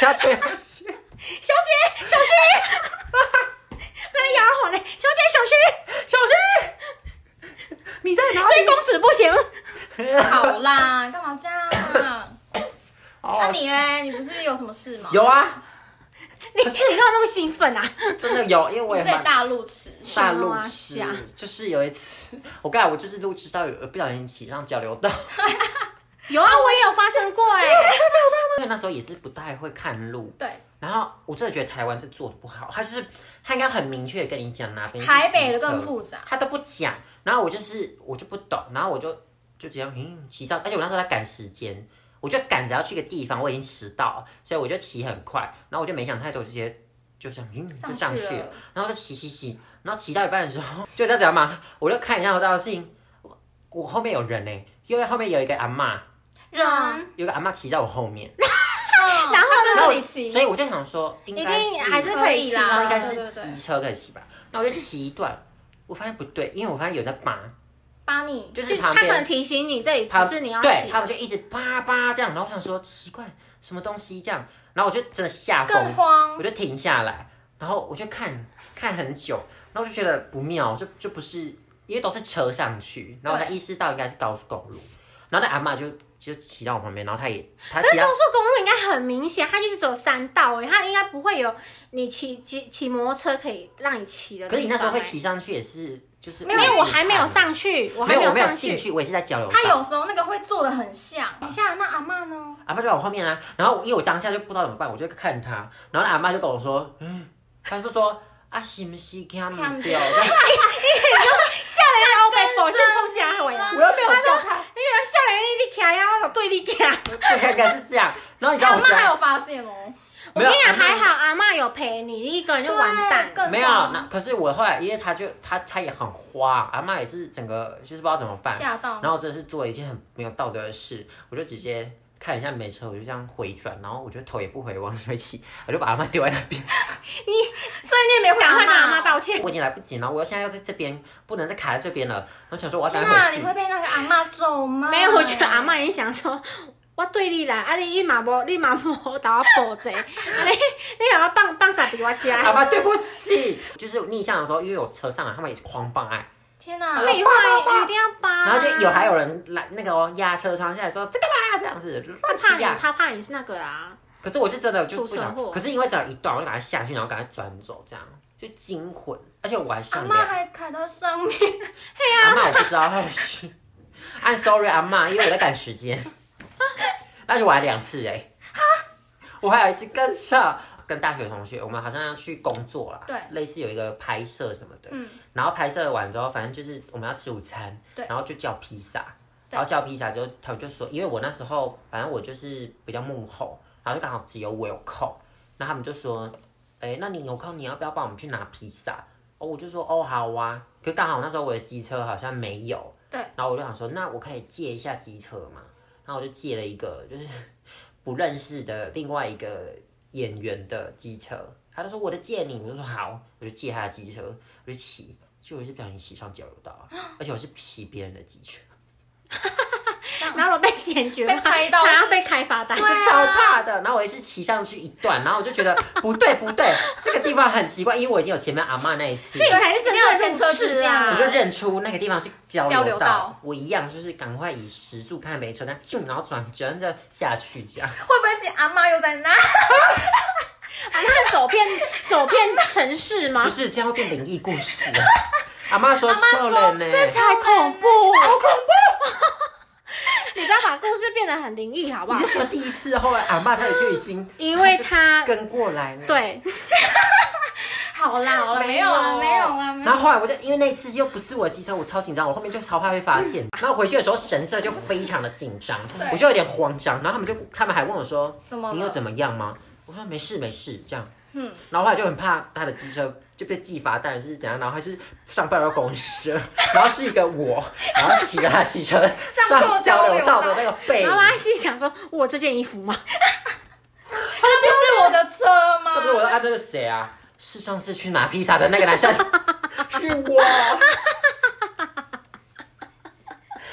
Speaker 2: 然后全部是
Speaker 3: 小姐，小姐， (laughs) 快来摇好嘞！小姐，小 (laughs) 姐，小姐，
Speaker 2: 你在哪
Speaker 3: 追
Speaker 2: 里？
Speaker 3: 公子不行。
Speaker 2: (laughs)
Speaker 1: 好啦，干嘛这样？那
Speaker 2: 哦，
Speaker 1: 你嘞？你不是有什么事吗？
Speaker 2: 有啊，
Speaker 3: (laughs) 你自己干嘛那么兴奋啊？
Speaker 2: 真
Speaker 1: (laughs)
Speaker 2: 的有，因为我
Speaker 1: 你
Speaker 2: 也
Speaker 1: 最
Speaker 2: 蛮
Speaker 1: 大路痴，
Speaker 2: 大路
Speaker 3: 啊
Speaker 2: 痴
Speaker 3: 想，
Speaker 2: (laughs) 就是有一次，我刚才我就是路痴到有不小心骑上交流道，
Speaker 3: (laughs) 有啊，我也有发生过哎、
Speaker 2: 因为那时候也是不太会看路，
Speaker 1: 对，
Speaker 2: 然后我真的觉得台湾是做的不好，他就是他应该很明确地跟你讲哪边是
Speaker 1: 台北的
Speaker 2: 机车
Speaker 1: 更复杂，
Speaker 2: 他都不讲，然后我就是我就不懂，然后我就就这样嗯骑上，而且我那时候在赶时间，我就赶着要去一个地方，我已经迟到了，所以我就骑很快，然后我就没想太多，我就直接就想嗯就上
Speaker 1: 去
Speaker 2: 去了，然后就骑骑骑，然后骑到一半的时候， (laughs) 就在讲嘛，啊我就看一下我到事情，我我后面有人呢、因为后面有一个阿嬷，
Speaker 1: 人，
Speaker 3: 嗯
Speaker 2: 有一个阿�妈骑到我后面，
Speaker 1: 嗯
Speaker 3: 然后呢
Speaker 1: 他
Speaker 2: 然后
Speaker 1: 跟
Speaker 2: 我
Speaker 1: 你骑，
Speaker 2: 所以我就想说，应
Speaker 3: 一
Speaker 2: 该
Speaker 3: 定还是啊
Speaker 1: 是
Speaker 3: 可
Speaker 1: 可
Speaker 3: 以
Speaker 1: 以
Speaker 3: 啦，
Speaker 1: 啦
Speaker 2: 那应该
Speaker 1: 对
Speaker 2: 是
Speaker 1: 对对
Speaker 2: 骑车可以骑吧？那我就骑一段，我发现不对，因为我发现有在扒，
Speaker 1: 巴尼，
Speaker 2: 就是
Speaker 3: 是
Speaker 2: 旁
Speaker 3: 他可能
Speaker 2: 边
Speaker 3: 提醒你这里不
Speaker 2: 旁
Speaker 3: 是你要
Speaker 2: 对
Speaker 3: 骑
Speaker 2: 他们就一直扒扒这样，然后我想说奇怪什么东西这样，然后我就真的吓
Speaker 1: 更
Speaker 2: 疯，
Speaker 1: 慌
Speaker 2: 我，就停下来，然后我就看看很久，然后我就觉得不妙，就就不是因为都是车上去，然后我才意识到应该是高速公路，然后那阿嬷就就骑到我旁边，然后她也她
Speaker 3: 可
Speaker 2: 骑
Speaker 3: 是高
Speaker 2: 到
Speaker 3: 速公路应该很明显，它就是只有三道哎、它应该不会有你骑骑骑摩托车可以让你骑的地方欸。
Speaker 2: 可是你那时候会骑上去也是就是
Speaker 1: 没
Speaker 3: 没有，
Speaker 2: 误
Speaker 3: 我
Speaker 2: 判
Speaker 3: 还没有
Speaker 2: 嘛
Speaker 3: 上去，我
Speaker 2: 没
Speaker 3: 还
Speaker 2: 有，我没有
Speaker 3: 上
Speaker 2: 兴
Speaker 3: 去。
Speaker 2: 趣，我也是在交流道。
Speaker 1: 他有时候那个会做的很
Speaker 2: 啊
Speaker 1: 像。等一下，那阿嬷呢？
Speaker 2: 阿妈就在我后面啊，然后因为我当下就不知道怎么办，我就看他，然后那阿妈就跟我说，嗯，她就说啊，是不是看不
Speaker 1: 看不
Speaker 2: 掉？
Speaker 1: 到
Speaker 3: 下来要哦被保险冲起来回来，
Speaker 2: 我又 (laughs) 没有叫他，
Speaker 3: 那个下来你你卡呀，我对你卡。
Speaker 2: 对，应该是这样。 (laughs) 然后你知道
Speaker 1: 阿
Speaker 2: 我
Speaker 1: 嬷还
Speaker 2: 在
Speaker 1: 有发现哦，
Speaker 3: 我
Speaker 2: 没
Speaker 3: 跟
Speaker 2: 有
Speaker 3: 你讲，
Speaker 2: 阿嬷
Speaker 3: 还好阿嬷有陪你，你一个人就完蛋
Speaker 1: 对。更
Speaker 2: 没有？啊
Speaker 1: 慌
Speaker 2: 那可是我后来，因为他就他他也很花，阿妈也是整个就是不知道怎么办。
Speaker 1: 吓到，
Speaker 2: 然后我真的是做了一件很没有道德的事，我就直接看一下没车，我就这样回转，然后我就头也不回往回骑，我就把阿妈丢在那边。 (laughs)
Speaker 1: 所以你也没回
Speaker 3: 赶快跟阿
Speaker 1: 阿
Speaker 3: 妈
Speaker 1: 嬷。
Speaker 3: 道歉。
Speaker 2: 我已经来不及了，我现在要在这边，不能再卡在这边了。我想说我要赶
Speaker 1: 天
Speaker 2: 快
Speaker 1: 哪，
Speaker 2: 回
Speaker 1: 你
Speaker 2: 去
Speaker 1: 会。被那个阿嬷揍吗？
Speaker 3: 没有，我觉得阿嬷也想说，我对你啦，啊你一嘛无，你嘛无打我保者，啊你你想要放放啥比我家？
Speaker 2: 好吧，对不起，就是逆向的时候，因为有车上来，他们也狂帮爱，
Speaker 1: 天哪，
Speaker 3: 废话，一定要啊帮。
Speaker 2: 然后就有还有人来那个哦压车窗下来说这个啦，这样子乱
Speaker 3: 他怕
Speaker 2: 欺
Speaker 3: 你，
Speaker 2: 压。
Speaker 3: 他怕你是那个啊，
Speaker 2: 可是我是真的就不
Speaker 3: 出车
Speaker 2: 想
Speaker 3: 祸，
Speaker 2: 可是因为只要一段，我就把它下去，然后赶快转走，这样就惊魂，而且我还
Speaker 1: 阿
Speaker 2: 上
Speaker 1: 嬷
Speaker 2: 梁。
Speaker 1: 还卡到上面，
Speaker 2: 啊阿妈我不知道后续。I'm sorry，阿妈，因为我在赶时间。但是我还两次哎、欸，我还有一次更扯，跟大学同学，我们好像要去工作啦，
Speaker 1: 对
Speaker 2: 类似有一个拍摄什么的，
Speaker 1: 嗯，
Speaker 2: 然后拍摄完之后，反正就是我们要吃午餐，
Speaker 1: 对
Speaker 2: 然后就叫披萨，
Speaker 1: 对
Speaker 2: 然后叫披萨之后，他们就说，因为我那时候反正我就是比较幕后，然后就刚好只有我有空，那他们就说，哎、那你有空你要不要帮我们去拿披萨？哦，我就说哦好啊，可刚好那时候我的机车好像没有，
Speaker 1: 对，
Speaker 2: 然后我就想说，那我可以借一下机车嘛，然后我就借了一个就是 (laughs) 不认识的另外一个演员的机车，他就说我的借你，我就说好，我就借他的机车，我就骑，结果是不小心骑上交流道，啊
Speaker 1: (gasps)
Speaker 2: 而且我是骑别人的机车，
Speaker 3: 然后被检举，
Speaker 1: 被拍到
Speaker 3: 还要
Speaker 1: 是
Speaker 3: 被开罚单
Speaker 1: 啊
Speaker 2: 我。就超怕的。然后我也是骑上去一段，然后我就觉得 (laughs) 不对不对，这个地方很奇怪，因为我已经有前面阿嬷那一次
Speaker 1: 啊
Speaker 3: 所以。你还是真
Speaker 1: 这样
Speaker 3: 正
Speaker 1: 牵车啊
Speaker 3: 是
Speaker 1: 是这样
Speaker 2: 我就认出那个地方是交流道，
Speaker 1: 交流道
Speaker 2: 我一样就是赶快以时速看没车，这样咻，然后转转着下去这样。
Speaker 1: 会不会是阿嬷又在那？
Speaker 3: 啊，那是走遍走遍城市
Speaker 2: (laughs)
Speaker 3: 吗
Speaker 2: 不？是，这样会变灵异故事、啊。 (laughs) 阿妈说
Speaker 1: 阿嬷
Speaker 2: 瘦
Speaker 1: 说
Speaker 2: 了呢，
Speaker 3: 这才恐怖，好恐 (laughs) 怖！你不要把故事变得很灵
Speaker 2: (laughs)
Speaker 3: 异，好不好
Speaker 2: 你是？说第一次，后来阿妈她也就已经
Speaker 3: 因为他
Speaker 2: 跟过来了。。
Speaker 3: 对，
Speaker 1: 好啦好啦，
Speaker 2: 没
Speaker 1: 没
Speaker 2: 有
Speaker 1: 有了没有了没有
Speaker 2: 然
Speaker 1: 啦。
Speaker 2: 后后来我就因为那次又不是我的机车，我超紧张，我后面就超怕被发现。然后回去的时候神色就非常的紧张，
Speaker 1: 嗯对
Speaker 2: 我就有点慌张。然后他们就他们还问我说
Speaker 1: 怎么：“了
Speaker 2: 你又怎么样吗？”我说：“没事没事。”这样。
Speaker 1: 嗯
Speaker 2: 然后后来就很怕他的机车就被记罚单是怎样，然后还是上半路公车，然后是一个我，然后骑着他的机车
Speaker 1: 上错
Speaker 2: 上交
Speaker 1: 交
Speaker 2: 流道
Speaker 1: 流道
Speaker 2: 的那个背影
Speaker 3: 然后。他心想说：“我有这件衣服吗？
Speaker 1: 那不是我的车吗
Speaker 2: 那不是我的，啊，那是谁啊？是上次去拿披萨的那个男生， (laughs) 是我。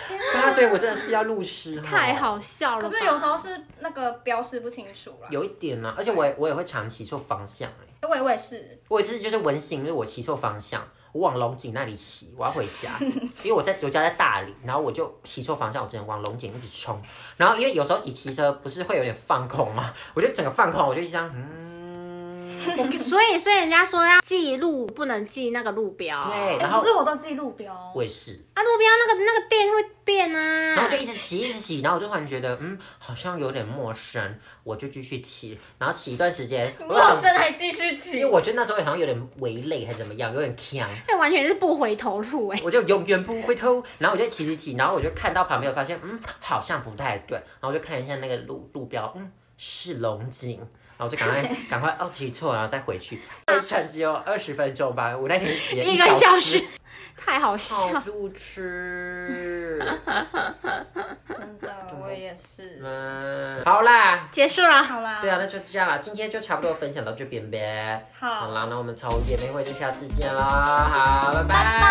Speaker 2: 是啊，所以我真的是比较路痴哈，
Speaker 3: 太好笑了吧。”
Speaker 1: 可是有时候是那个标示不清楚啦。
Speaker 2: 有一点呢、而且我也我也会常骑错方向、欸、
Speaker 1: 我也我也是，
Speaker 2: 我有一次就是文醒，因为我骑错方向，我往龙井那里骑，我要回
Speaker 1: (laughs)
Speaker 2: 家，因为我在我家在大理，然后我就骑错方向，我只能往龙井一直冲。然后因为有时候你骑车不是会有点放空吗？我就整个放空，我就一直这样嗯。
Speaker 3: 所以所以人家说要记路，不能记那个路标。
Speaker 2: 对
Speaker 1: 哎
Speaker 2: 然后
Speaker 1: 可是我都记路标，
Speaker 2: 我
Speaker 1: (laughs)
Speaker 2: 也是，
Speaker 3: 啊，路标那个那个店会变啊。
Speaker 2: 然后我就一直骑，一直骑，然后我就突然觉得，嗯，好像有点陌生，我就继续骑，然后骑一段时间，我好
Speaker 1: 陌
Speaker 2: 像
Speaker 1: 生还继续
Speaker 2: 因
Speaker 1: 骑
Speaker 2: 为。我觉得那时候好像有点微累还是怎么样，有点呛，
Speaker 3: 那完全是不回头路哎、
Speaker 2: 我就永远不回头。然后我就骑骑骑，然后我就看到旁边，我发现嗯好像不太对，然后我就看一下那个路路标，嗯是龙井。然后我就赶
Speaker 1: (laughs)
Speaker 2: 快赶快哦骑错，然后再回去。就趁只有二十分钟吧，我那天骑了
Speaker 3: 一个
Speaker 2: 小
Speaker 3: 小时，太好笑
Speaker 2: 好
Speaker 3: 了。
Speaker 2: 路痴。
Speaker 1: 真
Speaker 2: (laughs)
Speaker 1: 的，我也是。
Speaker 2: 嗯，好啦，
Speaker 3: 结束了，
Speaker 1: 好啦，
Speaker 2: 对啊，那就这样啦，今天就差不多分享到这边呗。好
Speaker 1: 好，
Speaker 2: 啦，那我们草屋姐妹会就下次见啦，好，拜拜